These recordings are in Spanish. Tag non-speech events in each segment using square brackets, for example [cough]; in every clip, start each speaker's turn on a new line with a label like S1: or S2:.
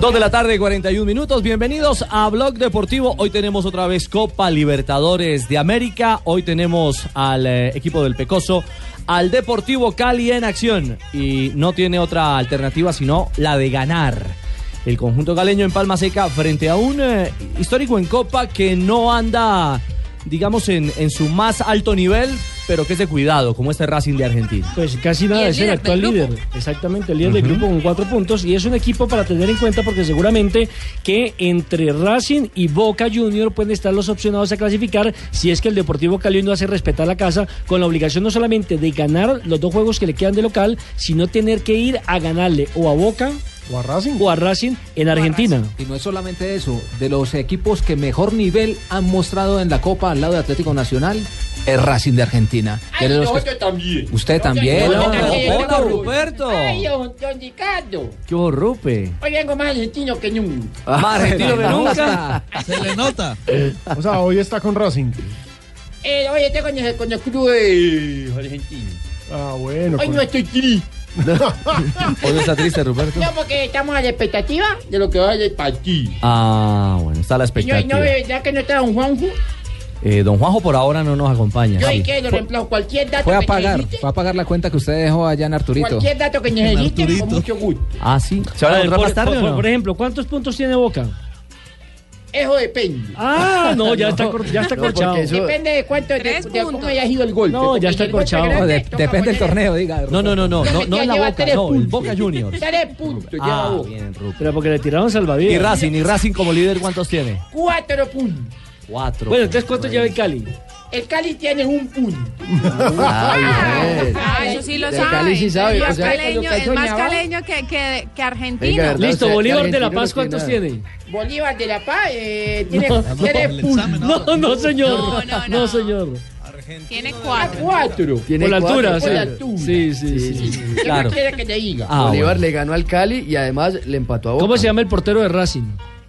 S1: Dos de la tarde, 41 minutos. Bienvenidos a Blog Deportivo. Hoy tenemos otra vez Copa Libertadores de América. Hoy tenemos al eh, equipo del Pecoso, al Deportivo Cali en acción. Y no tiene otra alternativa sino la de ganar. El conjunto caleño en Palma Seca frente a un eh, histórico en Copa que no anda, digamos, en, en su más alto nivel, pero que es de cuidado, como este Racing de Argentina.
S2: Pues casi
S3: Y
S2: nada,
S3: el
S2: es el
S3: líder del
S2: actual
S3: grupo.
S2: líder. Exactamente, el líder del grupo con cuatro puntos. Y es un equipo para tener en cuenta porque seguramente que entre Racing y Boca Junior pueden estar los opcionados a clasificar si es que el Deportivo Cali no hace respetar la casa con la obligación no solamente de ganar los dos juegos que le quedan de local, sino tener que ir a ganarle o a Boca
S4: ¿O a Racing?
S2: o a Racing en Argentina.
S5: Y no es solamente eso, de los equipos que mejor nivel han mostrado en la Copa al lado de Atlético Nacional, es Racing de Argentina. Que es de los que-
S6: también.
S5: Usted también.
S6: yo
S1: Hola,
S6: también.
S1: hola, Ruperto.
S6: Ay, don, don Ricardo.
S1: ¡Qué horror, Rupe!
S6: Hoy vengo más argentino que nunca.
S1: Más argentino que nunca.
S7: [laughs] Se le nota.
S4: O sea, hoy está con Racing.
S6: Eh, hoy estoy con el, con el club eh, argentino.
S4: Ah, bueno.
S6: Hoy
S4: con-
S6: no estoy
S4: [laughs]
S6: triste.
S1: Hoy no está triste, Ruperto.
S6: No, porque estamos a la expectativa de lo que vaya el partido.
S1: Ah, bueno, está la
S6: Y no, y no,
S1: expectativa.
S6: eh, ya que no está don Juanjo,
S1: Eh, don Juanjo por ahora no nos acompaña.
S6: yo
S1: sí.
S6: ahí que lo reemplazo. Cualquier dato
S5: Fue a
S6: que
S5: pagar,
S6: necesite,
S5: fue a pagar la cuenta que usted dejó allá en Arturito.
S6: cualquier dato
S4: [laughs]
S6: que necesite, con
S7: Arturito.
S6: mucho gusto.
S1: Ah, sí. ¿Se van
S2: A
S1: a
S2: ver,
S1: encontrar
S2: por,
S1: más tarde
S2: por-
S1: o no?
S2: por ejemplo, ¿cuántos puntos tiene Boca?
S6: Eso depende.
S2: Ah, no, ya está, cor- ya está corchado.
S4: porque eso-
S6: Depende de cuánto, de,
S3: Tres
S6: de cómo
S3: puntos.
S6: haya sido el golpe.
S2: No, ya está corchado.
S5: No, de- depende del torneo, diga.
S1: No, no, no, no, no, no es la
S6: Lleva
S1: Boca,
S6: tres
S1: no, el
S6: puntos.
S1: Boca
S6: [laughs]
S1: Juniors.
S6: Tres puntos, lleva
S1: Ah,
S6: Boca.
S1: bien, Rupe.
S2: Pero porque le tiraron salvavidas.
S1: Y Racing, y Racing como líder, ¿cuántos tiene?
S6: Cuatro puntos.
S1: Cuatro.
S2: Bueno, entonces ¿cuánto lleva el Cali?
S6: El Cali tiene un punto.
S3: Ah, eso sí lo
S4: De
S3: sabe.
S4: Cali sí sabe,
S3: Es
S4: o
S3: más
S4: sea,
S3: caleño,
S4: lo que
S3: es más
S4: soñaba.
S3: caleño que, que, que argentino.
S4: Venga, ¿verdad?
S2: Listo,
S4: O sea, que
S2: Bolívar de la
S4: Argentino
S2: Paz,
S4: no
S2: ¿cuántos
S4: tiene
S2: tiene?
S6: Bolívar de la Paz eh, tiene tres
S7: el
S6: puntos.
S7: examen,
S2: No, no, señor. No,
S3: No, no, no.
S2: señor.
S3: Tiene
S6: A
S3: cuatro.
S6: cuatro.
S4: Tiene
S2: Por la
S4: cuatro,
S2: altura,
S6: por
S2: sí.
S6: la altura.
S2: Sí, sí, sí.
S6: ¿Qué
S1: Claro.
S6: más quiere que te diga?
S1: Ah, bueno.
S4: Bolívar le ganó al Cali y además le empató a Boca.
S2: ¿Cómo se llama el portero de Racing?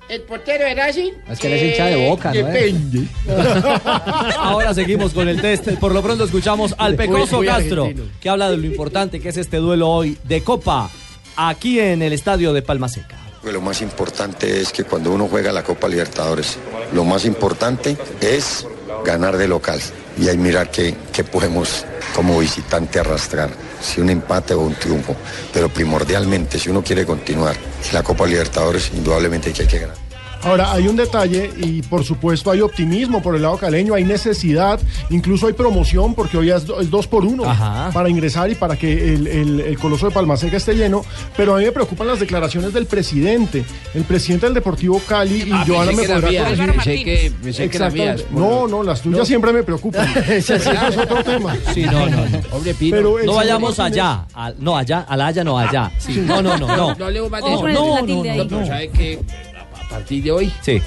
S6: El portero de Racing. eh,
S5: Es que eres hincha de Boca, ¿no?
S6: Depende.
S1: [laughs] Ahora seguimos con el test. Por lo pronto escuchamos al Pecoso
S4: Uy, uy,
S1: Castro,
S4: argentino.
S1: que habla de lo importante que es este duelo hoy de Copa, aquí en el estadio de Palma Seca.
S8: Porque Lo más importante es que cuando uno juega la Copa Libertadores, lo más importante es ganar de local. Y ahí mirar qué, qué podemos como visitante arrastrar, si un empate o un triunfo. Pero primordialmente, si uno quiere continuar en la Copa Libertadores, indudablemente que hay que ganar.
S4: Ahora, hay un detalle y por supuesto hay optimismo por el lado caleño, hay necesidad, incluso hay promoción porque hoy es, do- es dos por uno
S1: Ajá.
S4: para ingresar y para que el, el- el Coloso de Palmaseca esté lleno, pero a mí me preocupan las declaraciones del presidente, el presidente del Deportivo Cali
S3: Ah,
S4: y Joana me podrá corregir.
S3: Pensé que-
S4: Exactamente. No, no, las tuyas siempre
S3: [laughs]
S4: me preocupan. Ese es otro tema.
S1: Sí, no, no, [laughs] no.
S4: Pero el
S1: No
S4: señor
S1: vayamos
S4: Martínez-
S1: allá. al- no, allá, a la Haya, no, allá. Sí, No, no, no, no.
S5: No le hubo más de
S3: Vamos a
S5: eso.
S3: ponerle
S1: no,
S3: la tilde
S1: no,
S3: ahí.
S5: Pero sabe que a a partir de hoy,
S1: Sí.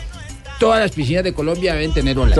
S5: todas las piscinas de Colombia deben tener olas.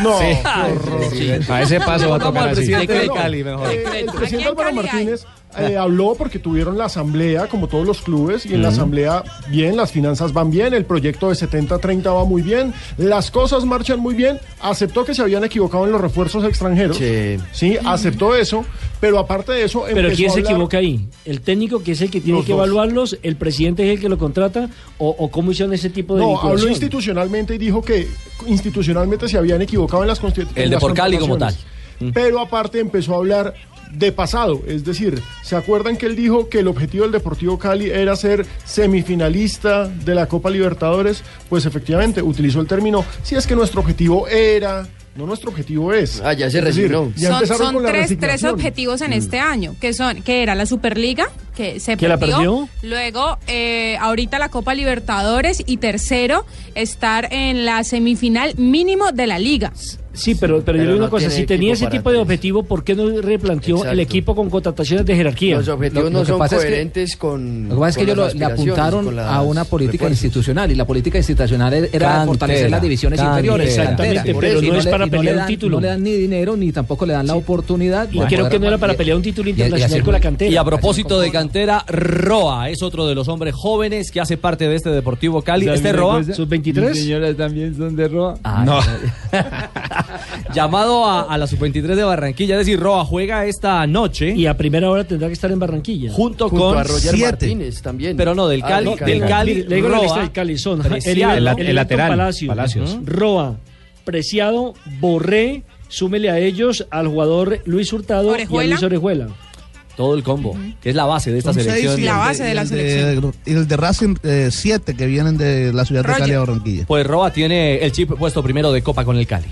S4: No, qué
S1: Ay,
S4: horror.
S9: A ese paso va a
S1: Vamos
S9: tocar
S1: al
S9: así.
S1: presidente
S4: Pero
S1: de
S4: no,
S1: Cali, mejor.
S4: eh, el
S3: Aquí en
S4: presidente Álvaro
S3: Cali hay.
S4: Martínez eh, habló porque tuvieron la asamblea, como todos los clubes, y en la asamblea, bien, las finanzas van bien, el proyecto de 70-30 va muy bien, las cosas marchan muy bien, aceptó que se habían equivocado en los refuerzos extranjeros.
S9: Sí.
S4: Sí, aceptó eso, pero aparte de eso,
S2: Pero
S4: empezó
S2: ¿quién
S4: a
S2: se
S4: hablar-
S2: equivoca ahí? ¿El técnico que es el que tiene
S4: Los
S2: que
S4: dos.
S2: evaluarlos? ¿El presidente es el que lo contrata? ¿O, o cómo hicieron ese tipo de
S4: No, habló este-
S2: vinculación?
S4: institucionalmente y dijo que institucionalmente se habían equivocado en las constituciones.
S1: El de por Cali como tal. Mm.
S4: Pero aparte empezó a hablar de pasado, es decir, ¿se acuerdan que él dijo que el objetivo del Deportivo Cali era ser semifinalista de la Copa Libertadores? Pues efectivamente, utilizó el término, si es que nuestro objetivo era, no nuestro objetivo es.
S9: Ah, ya se
S4: Es decir,
S9: resignó.
S4: ya
S3: son
S4: empezaron
S3: son
S4: con la Mm.
S3: tres, tres
S4: resignación.
S3: objetivos en este año, que son que era la Superliga, que se
S2: ¿Que la perdió?
S3: Luego, eh, ahorita la Copa Libertadores. Y tercero, estar en la semifinal mínimo de la Liga.
S2: Sí, pero, pero,
S9: pero
S2: yo digo una
S9: no
S2: cosa,
S9: tiene
S2: si
S9: equipo
S2: tenía ese
S9: para
S2: tipo de
S9: tres.
S2: objetivo, ¿por qué no replanteó el
S9: Exacto.
S2: equipo con contrataciones de jerarquía?
S9: Los objetivos
S5: Lo- lo
S9: no
S5: que
S9: son
S5: pasa es que-
S9: coherentes con.
S5: Lo que pasa es que
S9: con
S5: ellos lo-
S9: las
S5: le
S9: aspiraciones,
S5: apuntaron
S9: con las
S5: a una política
S9: refuerzos.
S5: institucional y la política institucional era
S1: Cantera,
S5: fortalecer las divisiones
S1: cantera.
S5: inferiores.
S2: Exactamente,
S5: cantera.
S2: pero
S5: Y
S2: no es
S5: le-
S2: para
S5: y
S2: pelear
S5: le
S2: un
S5: dan-
S2: título.
S5: No le dan ni dinero ni tampoco le dan la oportunidad.
S2: Y
S5: de
S2: creo
S5: poder
S2: que no era para
S5: repartir.
S2: pelear un título
S5: Y- y
S2: internacional
S5: hacer-
S2: con la cantera.
S1: Y a propósito de cantera, Roa es otro de los hombres jóvenes que hace parte de este Deportivo Cali. ¿Este Roa?
S10: Ah,
S2: ¿Sus 23?
S1: Ah, no. [laughs] llamado a, a la sub-23 de Barranquilla. Es decir, Roa juega esta noche.
S2: Y a primera hora tendrá que estar en Barranquilla.
S1: Junto,
S7: Junto
S1: con
S7: a Roger
S1: siete.
S7: Martínez también.
S1: Pero no, del
S7: Ah,
S1: Cali,
S7: no,
S1: del
S7: del
S1: Cali,
S2: Le digo la lista
S1: Roa,
S2: del Cali, son
S1: Preciado,
S2: Eli-
S1: el
S2: Eli- Eli-
S11: lateral,
S2: Palacio,
S11: Palacios.
S2: Ujú. Roa, Preciado, Borré, súmele a ellos al jugador Luis Hurtado y a
S3: Orejuela.
S2: Luis Orejuela.
S1: todo el combo, que es la base de esta
S11: Son seis
S1: selección.
S11: y el
S3: La base de
S11: y
S3: la
S11: el
S3: selección.
S11: Y el de Racing, eh, siete que vienen de la ciudad de
S3: Roger.
S11: Cali a Barranquilla.
S1: Pues Roa tiene el chip puesto primero de Copa con el Cali.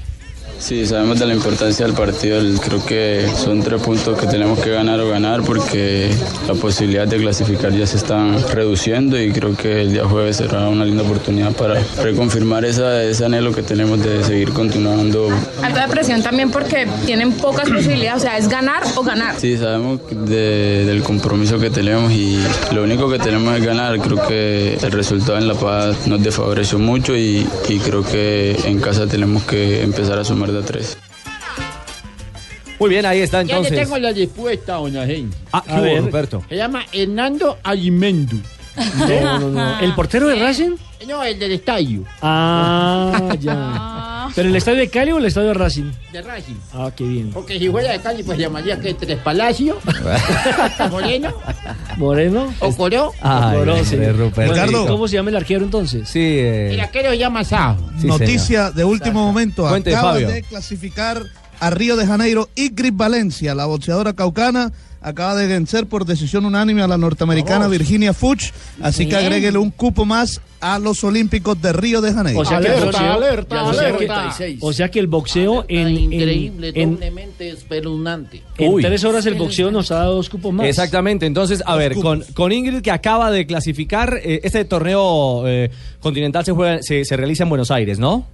S6: Sí, sabemos de la importancia del partido. El- Creo que son tres puntos que tenemos que ganar o ganar porque la posibilidad de clasificar ya se están reduciendo y creo que el día jueves será una linda oportunidad para reconfirmar esa, ese anhelo que tenemos de seguir continuando.
S3: Algo de presión también porque tienen pocas posibilidades, o sea, es ganar o ganar.
S6: Sí, sabemos de- del compromiso que tenemos y lo único que tenemos es ganar. Creo que el resultado en La Paz nos desfavoreció mucho y, y creo que en casa tenemos que empezar a sumar de a tres.
S1: Muy bien, ahí está
S6: Ya le
S1: entonces.
S6: tengo la respuesta, doña gente.
S1: Ah, ¿qué
S2: A
S1: hubo,
S2: ver.
S1: Ruperto?
S6: Se llama Hernando Alimendu.
S2: No, no, no. ¿El portero de Racing?
S6: No, el del estadio.
S3: [laughs]
S2: Ah, ya. ¿Pero el estadio de Cali o el estadio de Racing?
S6: De Racing.
S2: Ah, qué
S1: [laughs]
S2: bien.
S6: Porque si fuera de Cali, pues llamaría que Tres Palacio, [laughs] Moreno,
S2: Moreno.
S6: o Coró.
S1: Ay,
S2: Coro,
S1: hombre,
S2: sí.
S1: Ruperto.
S11: Ricardo.
S2: ¿Cómo se llama el arquero entonces?
S1: Sí, eh,
S6: El arquero se llama Sao.
S1: sí, señor.
S11: Noticia de último momento.
S1: Cuente,
S11: Acaba
S1: Fabio.
S11: de clasificar a Río de Janeiro Igris Valencia, la boxeadora caucana. Acaba de vencer por decisión unánime a la norteamericana Virginia Fuchs. Así que agréguele un cupo más a los Olímpicos de Río de Janeiro.
S2: O sea que el
S4: alerta,
S2: boxeo-
S4: alerta,
S2: o sea que-
S4: alerta.
S2: O sea que el
S3: Ah,
S2: boxeo en, en- en-
S6: doblemente espeluznante.
S2: en
S1: Uy.
S2: tres horas el boxeo nos ha dado dos cupos más.
S1: Exactamente, entonces, a ver, con, con Ingrid que acaba de clasificar, eh, este torneo eh, continental se, juega, se, se realiza en Buenos Aires, ¿no?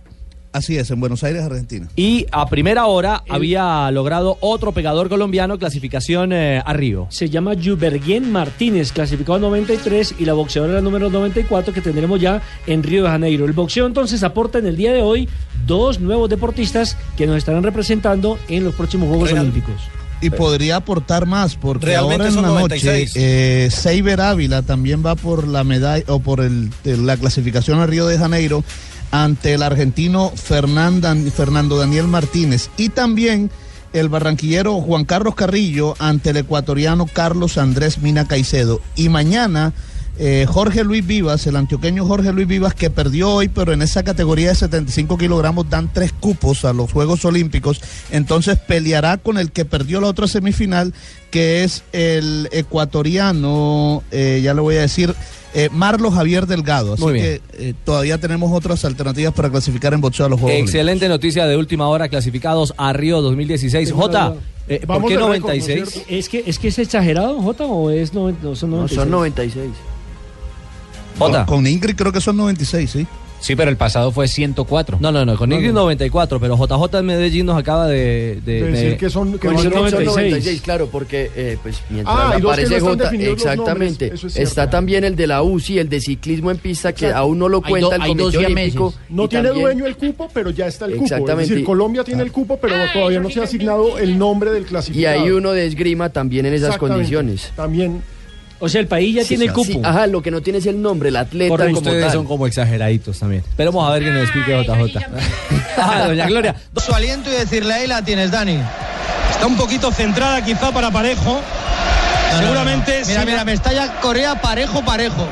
S11: Así es, en Buenos Aires, Argentina.
S1: Y a primera hora había logrado otro pegador colombiano clasificación eh, a Río.
S2: Se llama Juberguén Martínez, clasificado 93 y la boxeadora número 94 que tendremos ya en Río de Janeiro. El boxeo entonces aporta en el día de hoy dos nuevos deportistas que nos estarán representando en los próximos Juegos
S12: Real.
S2: Olímpicos. Pues,
S11: Y podría aportar más, porque
S12: Realmente
S11: ahora en
S12: son
S11: la
S12: 96.
S11: noche, eh, Seiber Ávila también va por la medalla o por el- de la clasificación a Río de Janeiro ante el argentino Fernan Dan- Fernando Daniel Martínez y también el barranquillero Juan Carlos Carrillo ante el ecuatoriano Carlos Andrés Mina Caicedo. Y mañana. eh, Jorge Luis Vivas, el antioqueño Jorge Luis Vivas, que perdió hoy, pero en esa categoría de 75 kilogramos dan tres cupos a los Juegos Olímpicos. Entonces peleará con el que perdió la otra semifinal, que es el ecuatoriano, eh, ya lo voy a decir, eh, Marlo Javier Delgado. Así
S1: Muy bien.
S11: que eh, todavía tenemos otras alternativas para clasificar en boxeo a los Juegos Olímpicos.
S1: Excelente noticia de última hora, clasificados a Río 2016.
S2: Tengo una
S1: J,
S2: duda.
S1: eh, ¿por
S4: Vamos
S1: qué
S4: de récord, ¿no es
S1: 96?
S4: cierto?
S2: ¿Es que, ¿Es que es exagerado, Jota, o es noven- no, son
S7: No,
S2: 96?
S7: son 96.
S1: Jota.
S11: Con, con Ingrid creo que son 96, ¿sí?
S5: Sí, pero el pasado fue 104.
S1: No, no, no, con Ingrid 94, pero JJ en Medellín nos acaba de... de-
S4: De
S1: de-
S4: decir que son... que
S2: Con
S4: van
S2: el
S4: a-
S2: 96.
S7: 96, claro, porque eh, pues mientras
S4: Ah, y dos que no
S7: aparece
S4: están
S7: Jota,
S4: definidos los
S7: exactamente,
S4: nombres, eso es cierto.
S7: está también el de la UCI, el de ciclismo en pista que
S4: Exacto.
S7: aún no lo
S6: Hay
S7: cuenta
S6: do-
S7: el
S6: hay
S7: Comité
S6: dos siameses.
S7: Olímpico.
S4: No
S7: y
S4: tiene
S7: también-
S4: dueño el cupo, pero ya está el cupo. Es
S7: Exactamente.
S4: decir, Colombia tiene el cupo, pero
S6: Ah,
S4: todavía no se ha asignado el nombre del
S7: Y
S4: clasificado.
S7: hay uno de esgrima también en esas
S4: Exactamente.
S7: condiciones.
S4: También
S2: O sea, el país ya tiene cupo.
S7: Sí, ajá, lo que no tiene es el nombre, el atleta
S1: Porque
S7: como
S1: ustedes
S7: tal.
S1: son como exageraditos también. Esperemos a ver que nos explique JJ. [laughs] Ah, doña Gloria.
S12: [laughs] Su aliento y decirle ahí la tienes, Dani. Está un poquito centrada quizá para Parejo. Seguramente. Mira, mira, me está ya Corea parejo, parejo.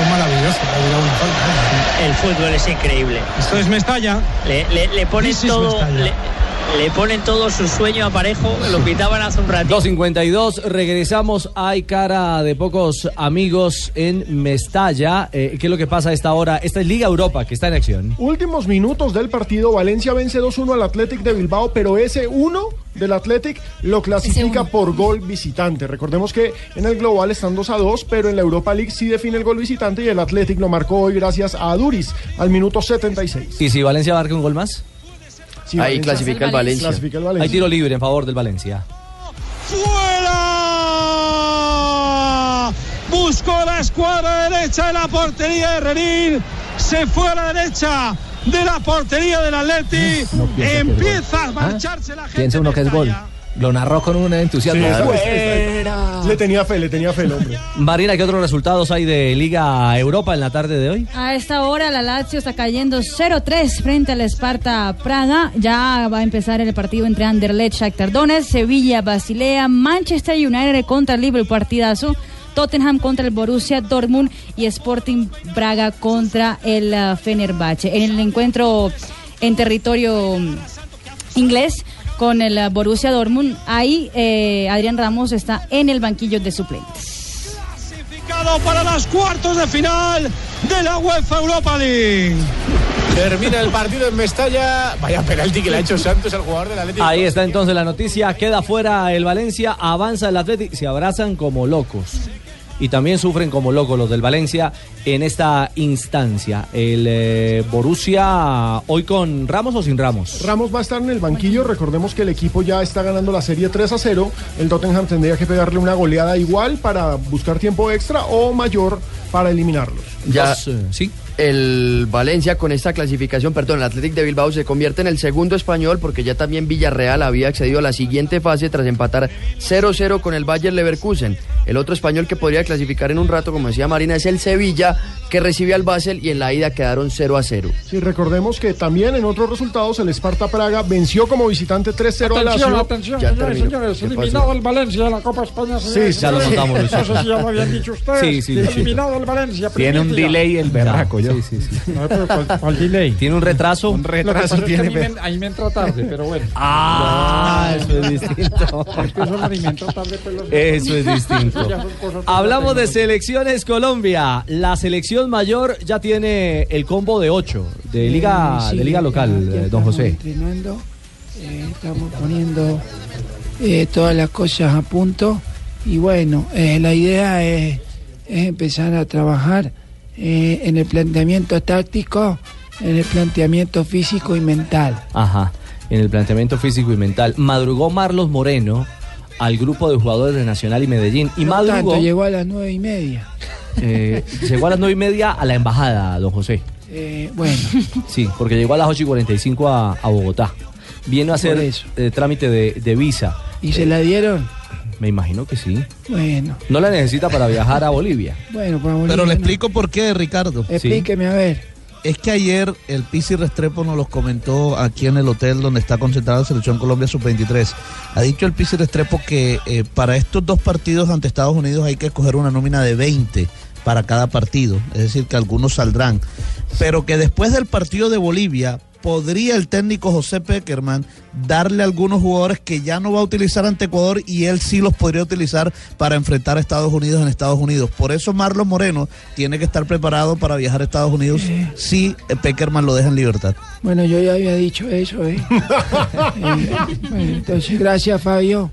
S12: Es maravilloso.
S6: El fútbol es increíble.
S12: Esto es Mestalla.
S6: Le, le, le ponen
S12: This is
S6: todo.
S12: Mestalla.
S6: Le, le ponen todo su sueño a parejo. Lo pitaban hace un ratito.
S1: 2.52, regresamos. Hay cara de pocos amigos en Mestalla. Eh, ¿Qué es lo que pasa a esta hora? Esta es Liga Europa que está en acción.
S4: Últimos minutos del partido, Valencia vence 2-1 al Athletic de Bilbao, pero ese 1 del Athletic lo clasifica por gol visitante. Recordemos que en el global están 2 a 2, pero en la Europa League sí define el gol visitante y el Athletic lo marcó hoy gracias a Duris al minuto 76.
S1: ¿Y si Valencia marca un gol más?
S4: Sí,
S7: Ahí
S4: Valencia-
S7: clasifica el Valencia.
S4: clasifica el Valencia.
S1: Hay tiro libre en favor del Valencia.
S12: ¡Fuera! Buscó la escuadra derecha de la portería de Renil. Se fue a la derecha de la portería del Atleti.
S5: No piensa que es gol. Ah,
S12: Empieza a marcharse la gente.
S5: Piensa uno que es
S12: de Mestalla.
S5: gol. Lo narró con un entusiasmo. Ah, pues,
S4: Sí, esa-
S1: pues. Eh.
S4: esa- Le tenía fe, le tenía fe el hombre.
S1: Marina, ¿qué otros resultados hay de Liga Europa en la tarde de hoy?
S13: A esta hora la Lazio está cayendo 0-3 frente al Esparta Praga. Ya va a empezar el partido entre Anderlecht, Shakhtar Donetsk, Sevilla, Basilea, Manchester United contra el Liverpool, partidazo. Tottenham contra el Borussia Dortmund y Sporting Braga contra el ah, Fenerbahce. En el encuentro en territorio mm, inglés con el ah, Borussia Dortmund, ahí eh, Adrián Ramos está en el banquillo de suplentes.
S14: clasificado para los cuartos de final de la UEFA Europa League.
S2: Termina el partido en Mestalla. Vaya penalti que le ha hecho Santos al jugador del Atlético.
S1: Ahí está entonces la noticia. Queda fuera el Valencia, avanza el Atlético, se abrazan como locos. Y también sufren como locos los del Valencia en esta instancia. El eh, Borussia hoy con Ramos o sin Ramos.
S4: Ramos va a estar en el banquillo. Recordemos que el equipo ya está ganando la serie 3 a 0. El Tottenham tendría que pegarle una goleada igual para buscar tiempo extra o mayor para eliminarlos.
S9: Ya
S2: eh,
S9: el Valencia con esta clasificación, perdón, el Athletic de Bilbao se convierte en el segundo español porque ya también Villarreal había accedido a la siguiente fase tras empatar 0-0 con el Bayer Leverkusen. El otro español que podría clasificar en un rato, como decía Marina, es el Sevilla que recibe al Basel y en la ida quedaron 0-0.
S4: Sí, recordemos que también en otros resultados el Sparta Praga venció como visitante 3-0 a
S15: Atención,
S4: Lazio.
S15: atención, señores, señores. Eliminado el Valencia de la Copa España.
S4: Sí,
S15: señores,
S4: ya lo
S15: señores.
S4: notamos,
S15: No sé
S4: Luisito.
S15: si ya lo habían dicho ustedes.
S1: Sí, sí, Luisito.
S15: Eliminado el Valencia.
S1: Tiene un
S15: primer día.
S1: delay el berraco,
S2: yo.
S1: Tiene un retraso. Un
S15: Lo que pasa es que a mí me- a mí me entra tarde, pero
S10: [laughs]
S15: bueno.
S1: Ah, eso es distinto.
S15: [laughs] Es que eso me entra tarde, pues, los-
S1: Eso es
S15: [laughs]
S1: distinto.
S15: Ya son cosas que
S1: Hablamos
S15: no
S1: de
S15: tengo.
S1: selecciones Colombia. La selección mayor ya tiene el combo de ocho de liga,
S12: Sí,
S1: de liga
S12: ya-
S1: local,
S12: ya
S1: eh, don
S12: estamos
S1: José.
S12: entrenando, eh, estamos poniendo eh, todas las cosas a punto. Y bueno, eh, la idea es, es empezar a trabajar eh, en el planteamiento táctico, en el planteamiento físico y mental.
S1: Ajá. En el planteamiento físico y mental. Madrugó Marlos Moreno al grupo de jugadores de Nacional y Medellín. Y
S12: No
S1: madrugó.
S12: tanto, llegó a las nueve y media.
S1: eh, llegó a las nueve y media a la embajada, don José.
S12: Eh, bueno, [laughs]
S1: Sí, porque llegó a las 8 y 45 a, a Bogotá. Vino a hacer
S12: Por eso.
S1: eh, trámite de, de visa. Eh,
S12: ¿y se la dieron?
S1: Me imagino que sí.
S12: Bueno,
S1: No la necesita para viajar a Bolivia.
S12: bueno, para
S11: Pero le
S12: Bolivia no.
S11: explico por qué, Ricardo.
S12: Explíqueme, a ver.
S11: Es que ayer el Pisi Restrepo nos los comentó aquí en el hotel donde está concentrada la Selección Colombia Sub-23. Ha dicho el Pisi Restrepo que eh, para estos dos partidos ante Estados Unidos hay que escoger una nómina de 20 para cada partido. Es decir, que algunos saldrán. Pero que después del partido de Bolivia podría el técnico José Peckerman darle a algunos jugadores que ya no va a utilizar ante Ecuador y él sí los podría utilizar para enfrentar a Estados Unidos en Estados Unidos. Por eso Marlon Moreno tiene que estar preparado para viajar a Estados Unidos si eh, Peckerman lo deja en libertad.
S12: Bueno, yo ya había dicho
S1: [laughs]
S12: eso, ¿eh? Eh, bueno, entonces, gracias, Fabio,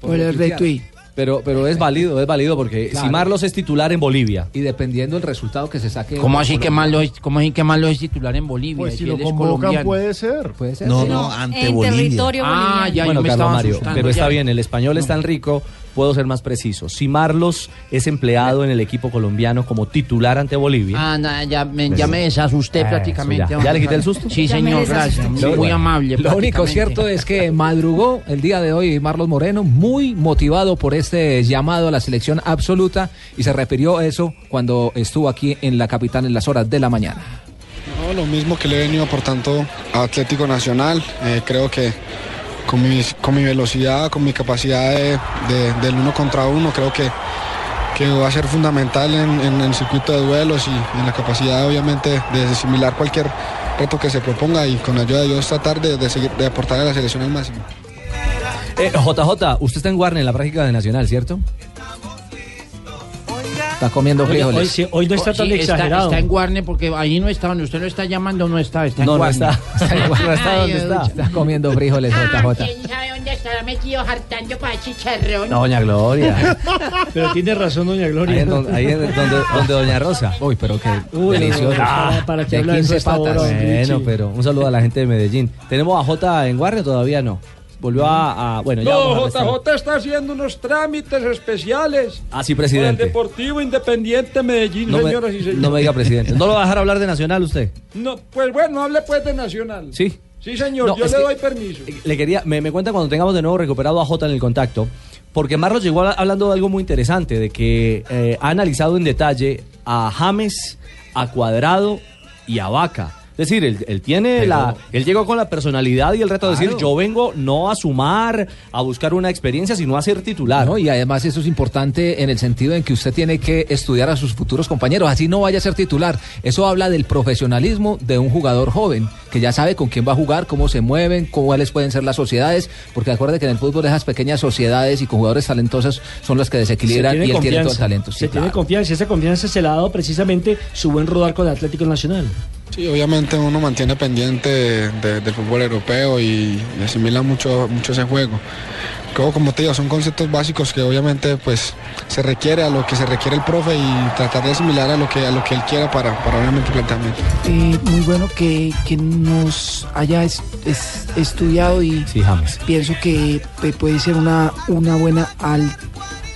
S12: por, el retweet.
S1: Pero, pero es válido, es válido porque
S5: Claro.
S1: si Marlos es titular en Bolivia.
S5: Y dependiendo del resultado que se saque.
S10: ¿Cómo así, que
S5: Colombia.
S10: malo es, ¿Cómo así que malo es titular en Bolivia?
S5: Pues, si
S10: él
S5: lo
S10: es
S5: convocan,
S10: colombiano?
S5: puede
S4: ser.
S10: Puede ser.
S1: No,
S10: sí.
S1: no, ante Bolivia.
S10: Ah, ya,
S1: bueno,
S10: yo
S1: Carlos
S10: me estaba
S1: Mario,
S10: asustando,
S1: pero
S10: ya.
S1: está bien, el español es tan rico, puedo ser más preciso. Si Marlos es empleado en el equipo colombiano como titular ante Bolivia.
S10: Ah, nada, ya me, ya me
S5: Ah,
S10: desasusté
S1: Eso,
S10: prácticamente.
S1: ya. ¿Ya le quité el susto?
S10: Sí,
S1: Ya me
S10: señor,
S1: desasusté.
S10: gracias.
S1: Sí,
S10: Muy
S1: bueno.
S10: amable.
S5: Lo único
S10: prácticamente.
S5: cierto es que madrugó el día de hoy Marlos Moreno, muy motivado por este llamado a la selección absoluta, y se refirió a eso cuando estuvo aquí en la capital en las horas de la mañana.
S16: No, lo mismo que le he venido aportando a Atlético Nacional. Eh, creo que con, mis- con mi velocidad, con mi capacidad de, de- del uno contra uno, creo que, que va a ser fundamental en, en el circuito de duelos y en la capacidad obviamente de asimilar cualquier reto que se proponga y con la ayuda de Dios tratar de, de seguir, de aportar a la selección al máximo.
S1: Eh, JJ, usted está en Warner en la práctica de Nacional, ¿cierto?
S5: Está comiendo
S1: Oye,
S5: frijoles.
S1: hoy sí, hoy no está tan
S10: Oh, Está,
S1: exagerado.
S10: en Guarne porque ahí no está, donde usted lo está llamando, no está, está en
S5: No, no
S10: Guarne.
S5: está. No está donde
S10: Ay,
S5: está.
S10: Dios.
S5: Está comiendo
S10: Ah,
S5: frijoles, JJ.
S17: ¿Quién sabe dónde estará metido hartando para chicharrón?
S5: No, doña Gloria.
S18: Pero tiene razón, doña Gloria.
S5: Ahí es donde, ahí es donde- donde doña Rosa. Uy, pero que
S18: Uy,
S5: delicioso.
S18: ah, ¿para qué
S5: de
S18: habla de eso
S5: 15
S18: hasta ahora,
S5: patas.
S18: don
S5: Bueno,
S18: Richie?
S1: pero un saludo a la gente de Medellín. ¿Tenemos a J en Warner todavía no? Volvió a. a- bueno, ya. vamos al
S15: No,
S1: restaurante.
S15: JJ está haciendo unos trámites especiales.
S1: Ah, sí,
S15: Por
S1: presidente.
S15: el Deportivo Independiente Medellín,
S1: No me,
S15: señoras y señores.
S1: no me diga presidente. ¿No lo va a dejar hablar de Nacional usted?
S15: No, pues bueno, hable pues de Nacional.
S1: Sí.
S15: Sí, señor,
S1: No,
S15: yo
S1: es
S15: le
S1: que- eh,
S15: doy permiso.
S1: Le quería, me, me cuenta cuando tengamos de nuevo recuperado a Jota en el contacto, porque Marlos llegó a- hablando de algo muy interesante, de que eh, ha analizado en detalle a James, a Cuadrado y a Vaca. Es decir, él, él tiene la, él llegó con la personalidad y el reto de decir,
S5: Claro.
S1: yo vengo no a sumar, a buscar una experiencia, sino a ser titular.
S5: No, y además eso es importante en el sentido en que usted tiene que estudiar a sus futuros compañeros, así no vaya a ser titular. Eso habla del profesionalismo de un jugador joven, que ya sabe con quién va a jugar, cómo se mueven, cuáles pueden ser las sociedades, porque acuérdate que en el fútbol esas pequeñas sociedades y con jugadores talentosos son las que desequilibran
S2: Se
S5: y él
S2: tiene
S5: tiene todo el
S2: confianza,
S5: talento. Sí,
S2: se tiene confianza, esa confianza se la ha dado precisamente su buen rodar con Atlético Nacional.
S16: Sí, obviamente uno mantiene pendiente de- de- del fútbol europeo y, y asimila mucho, mucho ese juego. Creo, como te digo, son conceptos básicos que obviamente pues, se requiere a lo que se requiere el profe y tratar de asimilar a lo que, a lo que él quiera para, para obviamente el planteamiento.
S19: Eh, muy bueno que, que nos haya es- es- estudiado y
S1: Sí, James.
S19: pienso que pe- puede ser una, una buena al-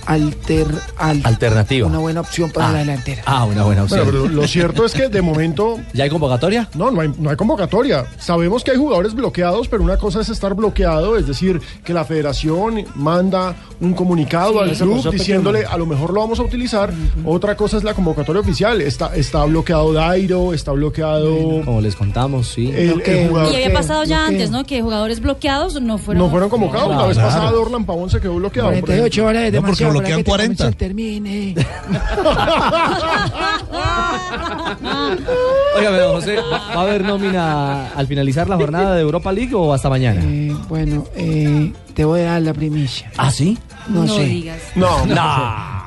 S19: alter, al-
S12: [laughs]
S1: Alternativa.
S19: Una buena opción para
S1: Ah.
S19: la delantera.
S1: Ah, una buena opción.
S4: Bueno, pero lo cierto es que de momento.
S1: [laughs] ¿Ya hay convocatoria?
S4: No, no hay, no hay convocatoria. Sabemos que hay jugadores bloqueados, pero una cosa es estar bloqueado, es decir, que la federación manda un comunicado
S19: Sí,
S4: al
S19: eso pasó,
S4: club
S19: Pequeño.
S4: diciéndole a lo mejor lo vamos a utilizar. Otra cosa es la convocatoria oficial. Está, está bloqueado Dairo, está bloqueado.
S1: Como les contamos, sí.
S4: El, el jugador
S13: Y había
S4: que-
S13: pasado ya
S4: lo que-
S13: antes, ¿no? Que jugadores bloqueados no fueron.
S4: No fueron convocados.
S13: No,
S4: la vez
S13: claro.
S4: pasada Dorlan Pavón se quedó bloqueado. por ejemplo.
S19: 48 horas es
S4: No, porque
S19: demasiado
S4: bloquean
S19: para que
S4: 40.
S19: este comercial termine.
S4: [laughs]
S1: Óigame, don José, ¿va va a haber nómina al finalizar la jornada de Europa League o hasta mañana?
S19: bueno, eh, te voy a dar la primicia.
S1: ¿Ah, sí?
S19: No, sé.
S2: [laughs]
S4: No, no.
S1: No.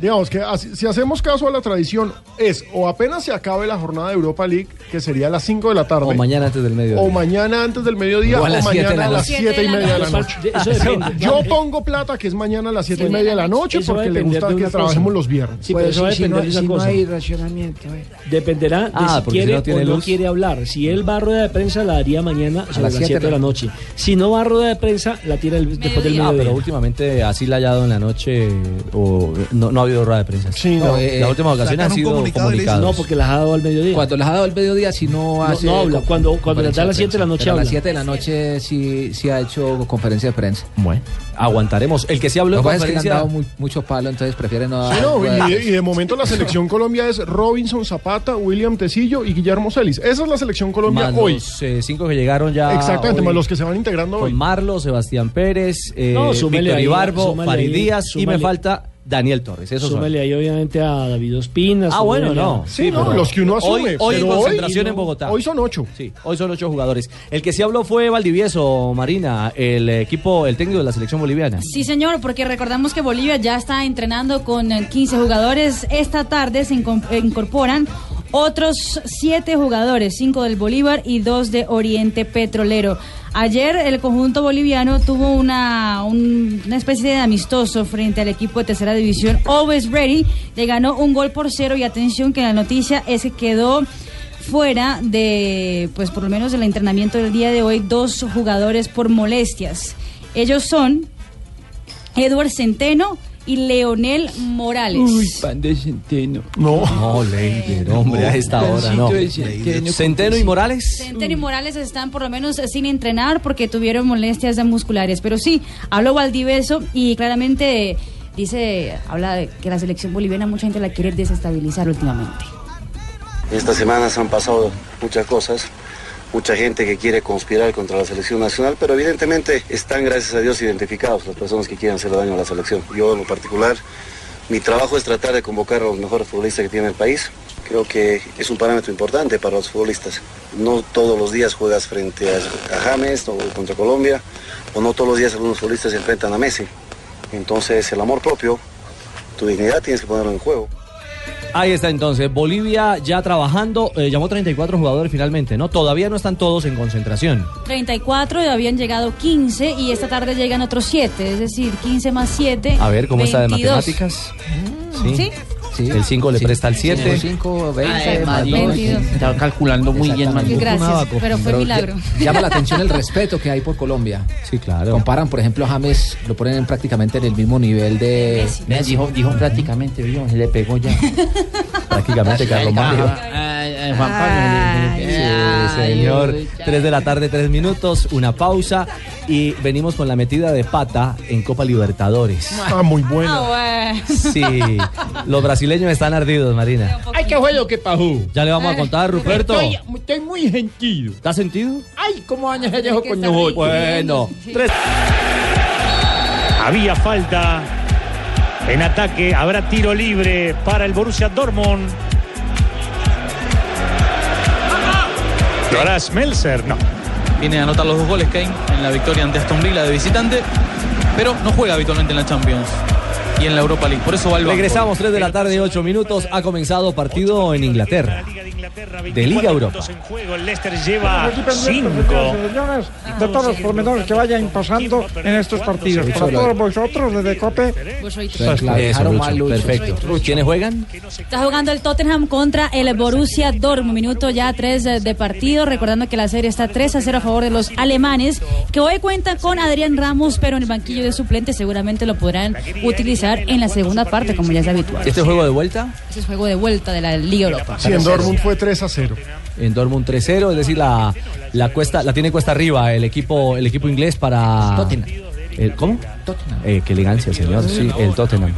S4: Digamos que así- si hacemos caso a la tradición, es o apenas se acabe la jornada de Europa League, que sería a las 5 de la tarde.
S1: O mañana antes del mediodía.
S4: O mañana antes del mediodía
S1: O
S4: o,
S1: a las siete de
S4: mañana
S1: la
S4: a las
S1: noche.
S4: 7 y media de la noche.
S2: Eso depende.
S4: [laughs] Yo pongo plata que es mañana a las 7 y
S2: Sí.
S4: media de la noche
S2: Eso va a
S4: porque le
S2: depender
S4: gusta
S2: de
S4: que
S2: una cosa.
S4: trabajemos los viernes.
S2: Sí, pero
S1: Pues
S2: eso va a
S19: si
S2: depender
S19: no,
S2: de esa
S19: si no
S2: cosa.
S19: hay racionamiento. eh.
S2: Dependerá de
S19: Ah,
S2: si
S19: porque si
S2: quiere
S19: no tiene
S2: o no
S19: luz.
S2: quiere hablar. Si él va a rueda de prensa, la haría mañana sobre
S1: las
S2: las
S1: siete
S2: 7 de
S1: de
S2: la
S1: la
S2: noche. Si no va a rueda de prensa, la tira el- después del
S1: Ah,
S2: mediodía.
S1: pero últimamente así la ha hallado en la noche o no, no ha habido rueda de prensa.
S4: Sí,
S1: no,
S5: no, eh,
S1: la última ocasión ha
S5: sacan un
S1: sido
S5: comunicado y le dicen,
S1: comunicados.
S5: no,
S2: porque las ha dado al mediodía.
S5: Cuando las ha dado al mediodía, si no hace.
S2: no habla. Cuando- cuando las da a las siete de la noche
S5: Pero A las
S2: habla.
S5: 7 de la noche sí, sí ha hecho conferencia de prensa.
S1: Bueno, aguantaremos. El que sí habló
S5: Lo
S1: en
S5: que pasa es que le han
S1: conferencia-
S5: dado muy- mucho palo, entonces prefieren no
S4: Sí,
S5: dar
S4: no,
S5: rueda
S4: y,
S5: de
S4: de- y de momento la selección Colombia es Robinson Zapata, William Tecillo y Guillermo Celis. Esa es la selección Colombia
S1: Más
S4: hoy.
S1: los eh, cinco que llegaron ya.
S4: Exactamente,
S1: hoy.
S4: más los que se van integrando hoy.
S1: Con Marlo, Sebastián Pérez, eh,
S2: No, súmele
S1: Víctor
S2: ahí,
S1: Ibarbo,
S2: súmale
S1: Farid
S2: ahí,
S1: Díaz y me
S2: súmale.
S1: falta Daniel Torres. Esos son.
S2: Súmele ahí, obviamente, a David Ospina.
S1: Ah,
S2: súmele
S1: bueno,
S2: a-
S1: no.
S4: Sí, no,
S1: pero
S4: los que uno
S1: Hoy,
S4: asume,
S1: hoy en
S4: pero
S1: concentración
S4: hoy-
S1: en Bogotá.
S4: hoy son ocho.
S1: Sí, hoy son ocho jugadores. El que sí habló fue Valdivieso, Marina, el equipo, el técnico de la selección boliviana.
S13: Sí, señor, porque recordamos que Bolivia ya está entrenando con eh, 15 jugadores. Esta tarde se incom- eh, incorporan otros 7 jugadores, 5 del Bolívar y 2 de Oriente Petrolero. Ayer el conjunto boliviano tuvo una, un- una especie de amistoso frente al equipo de tercera división Always Ready. Le ganó un gol por cero y atención que la noticia es que quedó fuera de, pues por lo menos del entrenamiento del día de hoy, dos jugadores por molestias. Ellos son Edward Centeno y Leonel Morales.
S1: pan de centeno. No. No, Leider, hombre, a esta hora no.
S13: Pancito de
S1: Centeno, y Morales.
S13: Centeno y Morales están por lo menos eh, sin entrenar porque tuvieron molestias de musculares. Pero sí, habló Valdivieso y claramente eh, dice, habla de que la selección boliviana mucha gente la quiere desestabilizar últimamente.
S20: Estas semanas han pasado muchas cosas, mucha gente que quiere conspirar contra la selección nacional, pero evidentemente están, gracias a Dios, identificados las personas que quieren hacer daño a la selección. Yo en lo particular, mi trabajo es tratar de convocar a los mejores futbolistas que tiene el país. Creo que es un parámetro importante para los futbolistas. No todos los días juegas frente a a James o contra Colombia, o no todos los días algunos futbolistas se enfrentan a Messi. Entonces el amor propio, tu dignidad tienes que ponerlo en juego.
S1: Ahí está entonces, Bolivia ya trabajando, eh, llamó 34 jugadores finalmente, ¿no? Todavía no están todos en concentración.
S13: 34 y habían llegado 15 y esta tarde llegan otros 7, es decir, 15 más 7.
S1: A ver cómo está de
S13: 22.
S1: matemáticas.
S13: ¿Sí?
S1: El Eh, 5 le presta al 7.
S5: 5,
S13: Ah,
S5: 20,
S10: Ay,
S5: más
S10: María,
S5: 22.
S10: Estaba calculando muy bien, María.
S13: Gracias, pero fue milagro. [laughs]
S5: Llama la atención el respeto que hay por Colombia.
S1: Sí, claro.
S5: Comparan, por ejemplo, a James, lo ponen prácticamente en el mismo nivel de.
S10: Dijo, dijo prácticamente, vio, se le pegó ya.
S1: prácticamente,
S10: Carlos
S5: Mario.
S10: Ah, ah, de Juan Pablo. eh,
S1: Sí, señor. Tres de la tarde, tres minutos, una pausa y venimos con la metida de pata en Copa Libertadores.
S4: Está muy bueno.
S13: Ah,
S1: Sí, los brasileños están ardidos, Marina.
S10: Ay, qué fue lo que pasó.
S1: Ya le vamos a contar, Ruperto.
S10: Estoy, estoy muy gentil.
S1: ¿Te has sentido?
S10: Ay, cómo años se dejó con nosotros.
S1: Bueno, tres.
S21: Había falta en ataque. Habrá tiro libre para el Borussia Dortmund. Lo hará Smelser, no.
S22: Viene a anotar los dos goles Kane en la victoria ante Aston Villa de visitante, pero no juega habitualmente en la Champions y en la Europa League. Por eso va al banco.
S1: Regresamos 3 de la tarde, 8 minutos. Ha comenzado partido en Inglaterra. De Liga Europa.
S21: Juego, el Leicester lleva
S15: Estoy pendiente,
S21: 5.
S15: señoras y señores, de todos los pormenores que vayan pasando en estos partidos. Para todos vosotros, desde COPE.
S1: Pues Eso, Lucho, Perfecto. ¿Quiénes juegan?
S13: [laughs] Está jugando el Tottenham contra el Borussia Dortmund. Minuto ya 3 de partido. Recordando que la serie está 3 a 0 a favor de los alemanes, que hoy cuentan con Adrián Ramos, pero en el banquillo de suplente seguramente lo podrán utilizar en la segunda parte, como ya es habitual.
S1: ¿Este juego de vuelta?
S13: Ese es juego de vuelta de la Liga Europa.
S1: Sí, en Dortmund
S4: fue 3 a 0.
S1: En Dortmund 3-0, es decir, la, la cuesta la tiene cuesta arriba el equipo el equipo inglés para
S10: Tottenham.
S1: El- ¿Cómo? Tottenham. qué elegancia, señor. Sí, el Tottenham.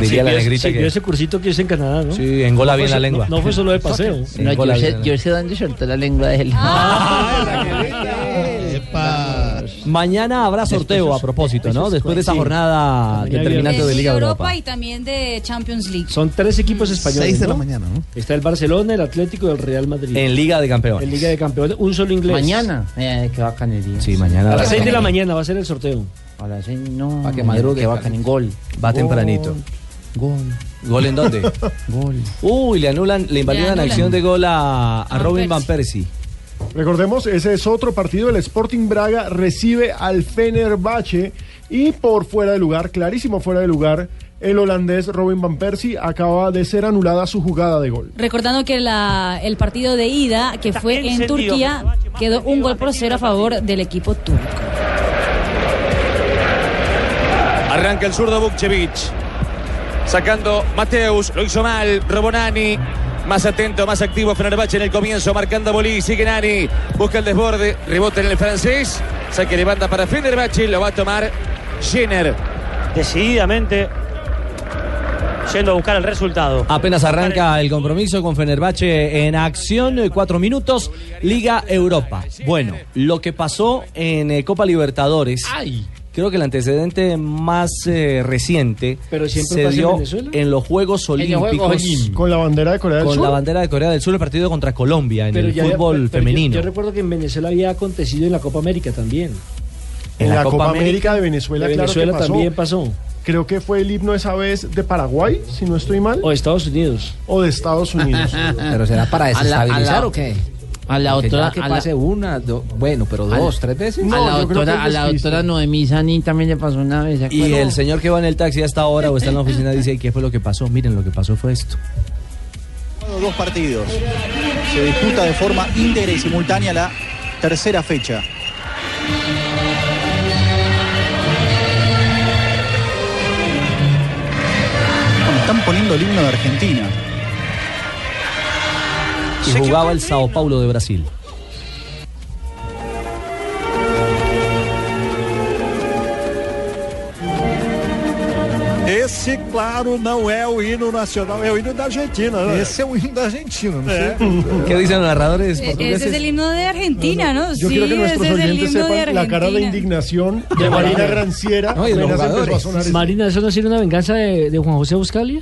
S1: Diría la
S2: Siguió-
S1: negrita
S2: siguió
S1: que
S2: ese cursito que hice en Canadá, ¿no?
S1: Sí, engola
S2: No fue
S1: bien la
S2: so-
S1: lengua.
S2: No, no fue solo de paseo.
S1: [laughs] No, yo Engola sé- bien la yo
S10: sé dónde soltó la lengua de él.
S1: mañana habrá sorteo a propósito, ¿no? Después de esa jornada determinante de Liga Europa.
S13: y también de Champions League.
S2: Son tres equipos españoles.
S11: Seis de la
S2: mañana, ¿no? Está el Barcelona, el Atlético y el Real Madrid.
S1: En Liga de Campeones.
S2: En Liga de Campeones, un solo inglés.
S10: Mañana. Eh, qué bacanería.
S1: Sí, mañana.
S2: A las seis de la mañana va a ser el sorteo.
S10: A las seis, no.
S1: Pa' que madrugue.
S10: Qué bacan- Gol.
S1: Va tempranito.
S10: Gol.
S1: ¿Gol en dónde?
S10: [laughs] Gol.
S1: Uy, le anulan, le invalidan
S4: anulan.
S1: acción de gol a, a Robin Van Persie.
S4: Recordemos, ese es otro partido. El Sporting Braga recibe al Fenerbahce y por fuera de lugar, clarísimo fuera de lugar, el holandés Robin Van Persie acaba de ser anulada su jugada de gol.
S13: Recordando que la- el partido de ida, que fue en
S4: encendido.
S13: Turquía, quedó un gol por cero a favor del equipo turco.
S23: Arranca el zurdo Bukchevich. Sacando Mateus, lo hizo mal, Robonani. Más atento, más activo Fenerbahce en el comienzo, marcando a Bolí, sigue Nani, busca el desborde, rebota en el francés, saque de banda para Fenerbahce, lo va a tomar Jenner.
S17: Decididamente yendo a buscar el resultado.
S1: Apenas arranca el compromiso con Fenerbahce en acción, eh, cuatro minutos, Liga Europa. Bueno, lo que pasó en eh, Copa Libertadores, creo que el antecedente más eh, reciente
S2: Pero siempre
S1: se
S2: pasa en
S1: dio
S2: Venezuela.
S1: en los Juegos Olímpicos
S4: Con la bandera de Corea del
S1: con
S4: Sur.
S1: la bandera de Corea del Sur, el partido contra Colombia en
S2: Pero
S1: el
S2: ya-
S1: fútbol
S2: pero- pero yo-
S1: femenino.
S2: Yo, recuerdo que en Venezuela había acontecido en la Copa América también.
S4: En la, Copa América, de Venezuela,
S2: de
S4: claro que
S2: Venezuela
S4: pasó.
S2: también pasó.
S4: Creo que fue el himno esa vez de Paraguay, si no estoy mal. O
S2: de Estados Unidos.
S4: O de Estados Unidos.
S5: [laughs] Pero será para desestabilizar o qué?
S10: A la
S5: Porque
S10: otra-
S5: ya que
S10: a la-
S5: pase una, do- bueno, pero
S10: A la-
S5: dos, tres veces.
S10: a la doctora, a la doctora Noemí Sanín también le pasó una vez. ¿se
S1: Y
S10: acuerda?
S1: el señor que va en el taxi hasta ahora o está en la oficina dice, "¿Y ¿qué fue lo que pasó? Miren, lo que pasó fue esto.
S24: Dos partidos. Se disputa de forma íntegra y simultánea la tercera fecha. Bueno, están poniendo el himno de Argentina.
S1: Y jugaba el Sao Paulo de Brasil.
S25: Esse, claro, não é o hino nacional, é o hino da Argentina, né?
S24: Esse é o hino da Argentina, não
S25: É.
S1: ¿Qué dicen los narradores
S13: E- Ese es el himno de Argentina, ¿no?
S4: Yo quiero que nuestros oyentes sepan la cara de indignación de Marina Granciera. apenas empezó a sonar esto.
S2: Marina, ¿eso no sería una venganza de, de Juan José Buscalia?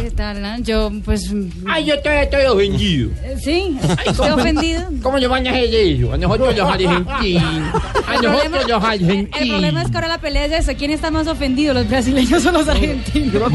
S13: ¿Qué tal, ah? Yo, pues...
S10: Ay, yo todavía estoy ofendido.
S13: eh, Sí, estoy
S10: ¿cómo-
S13: ofendido.
S10: ¿Cómo le van a hacer eso? A nosotros los argentinos. A nosotros los
S13: El problema
S10: argentinos.
S13: es que ahora la pelea es esa. ¿Quién está más ofendido, los brasileños o los argentinos?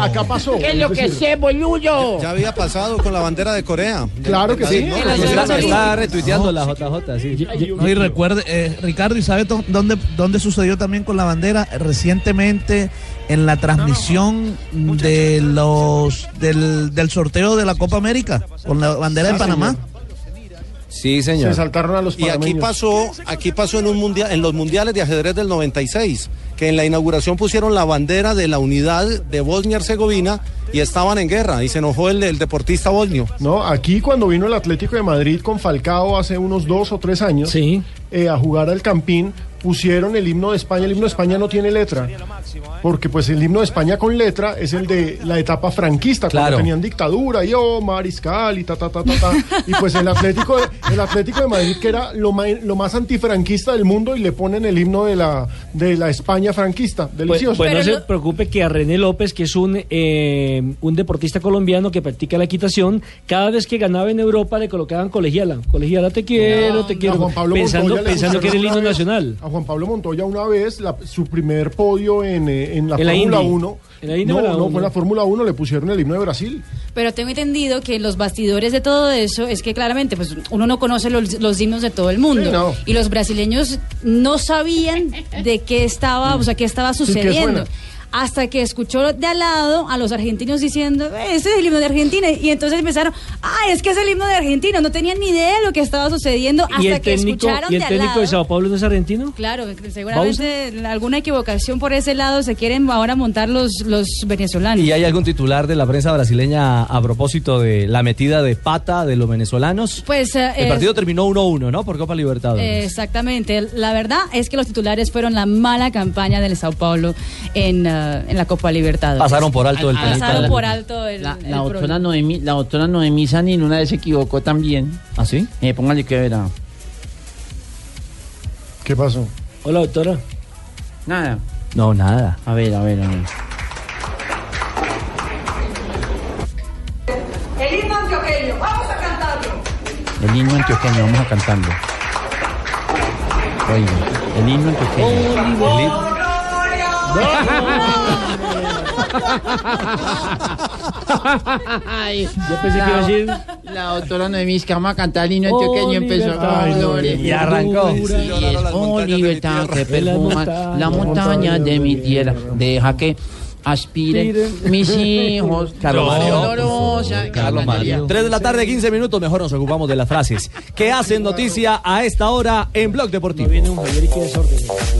S4: Acá pasó.
S10: ¿Qué es lo que
S24: decir,
S10: sé, boludo?
S24: Ya había pasado con la bandera de Corea.
S4: Claro que sí.
S13: Pues
S1: Está, está retuiteando la JJ, sí.
S11: No, y recuerde, eh, Ricardo, ¿y sabe dó- dónde, dónde sucedió también con la bandera? Recientemente en la transmisión de Ah, los del, del sorteo de la Copa América con la bandera de Panamá.
S24: Sí,
S4: Se saltaron a los
S25: Y aquí
S4: panameños.
S25: pasó, aquí pasó en un mundial, en los mundiales de ajedrez del 96, que en la inauguración pusieron la bandera de la unidad de Bosnia y Herzegovina y estaban en guerra y se enojó el, el deportista bosnio.
S4: No, aquí cuando vino el Atlético de Madrid con Falcao hace unos dos o tres años eh, a jugar al Campín, pusieron el himno de España. El himno de España no tiene letra, porque pues el himno de España con letra es el de la etapa franquista,
S1: Claro.
S4: cuando tenían dictadura, y oh, mariscal y ta, ta, ta, ta, ta. Y pues el Atlético, de, el Atlético de Madrid, que era lo, ma- lo más antifranquista del mundo, y le ponen el himno de la, de la España franquista.
S2: Pues,
S4: Delicioso.
S2: pues no se preocupe que a René López, que es un, eh, un deportista colombiano que practica la equitación, cada vez que ganaba en Europa le colocaban colegiala. Colegiala, te quiero, te quiero.
S4: A Juan Pablo
S2: pensando
S4: Montoya le
S2: pensando que era el himno
S4: pusieron una vez-
S2: nacional.
S4: A Juan Pablo Montoya una vez, la- su primer podio en, eh, en la
S2: En la
S4: Fórmula
S2: Indy.
S4: 1.
S2: En la Indy
S4: no,
S2: o la
S4: no,
S2: Uno.
S4: fue en la Fórmula 1, le pusieron el himno de Brasil.
S13: Pero tengo entendido que los bastidores de todo eso es que claramente pues uno no conoce los, los himnos de todo el mundo.
S4: Sí, no.
S13: Y los brasileños no sabían de qué estaba, o sea, qué estaba
S4: Sí, qué
S13: sucediendo.
S4: suena.
S13: hasta que escuchó de al lado a los argentinos diciendo, "Eh, ese es el himno de Argentina. Y entonces empezaron, ah, es que es el himno de Argentina. No tenían ni idea de lo que estaba sucediendo
S2: ¿Y
S13: hasta
S2: el
S13: que
S2: técnico,
S13: escucharon
S2: ¿y
S13: de
S2: el
S13: al
S2: técnico
S13: lado.
S2: de Sao Paulo no es argentino?
S13: Claro, seguramente alguna equivocación por ese lado se quieren ahora montar los, los venezolanos.
S1: ¿Y hay algún titular de la prensa brasileña a propósito de la metida de pata de los venezolanos?
S13: Pues eh,
S1: El
S13: es-
S1: partido terminó 1-1, ¿no? Por Copa Libertadores.
S13: Exactamente. La verdad es que los titulares fueron la mala campaña del Sao Paulo en, ah, en la Copa Libertadores.
S1: Pasaron por alto el
S13: Pasaron
S1: penalti.
S13: por alto el,
S10: La,
S13: el
S10: la
S13: problema.
S10: doctora Noemí, la doctora Noemí Sanin una vez se equivocó también.
S1: ¿Ah, sí?
S10: Eh, póngale que verá.
S4: ¿Qué pasó?
S2: Hola, doctora.
S10: Nada.
S1: No, nada.
S10: A ver, a ver, a ver.
S3: El himno antioqueño, vamos a cantarlo.
S10: El himno antioqueño, vamos a cantarlo. Oiga, el himno antioqueño. El himno- Ay,
S2: Yo pensé que iba a decir-
S10: La doctora Noemí, es que vamos a cantar el himno antioqueño. Empezó
S2: Ay,
S10: gloria.
S2: Y arrancó.
S10: Sí, es, oh, libertad que perfuma la montaña de mi tierra. Deja que aspiren mis [laughs] hijos.
S1: Carlos Mario.
S10: Dolorosa.
S1: Carlos Mario. 3 de la tarde, 15 minutos, mejor nos ocupamos de las frases que hacen noticia a esta hora en Blog Deportivo.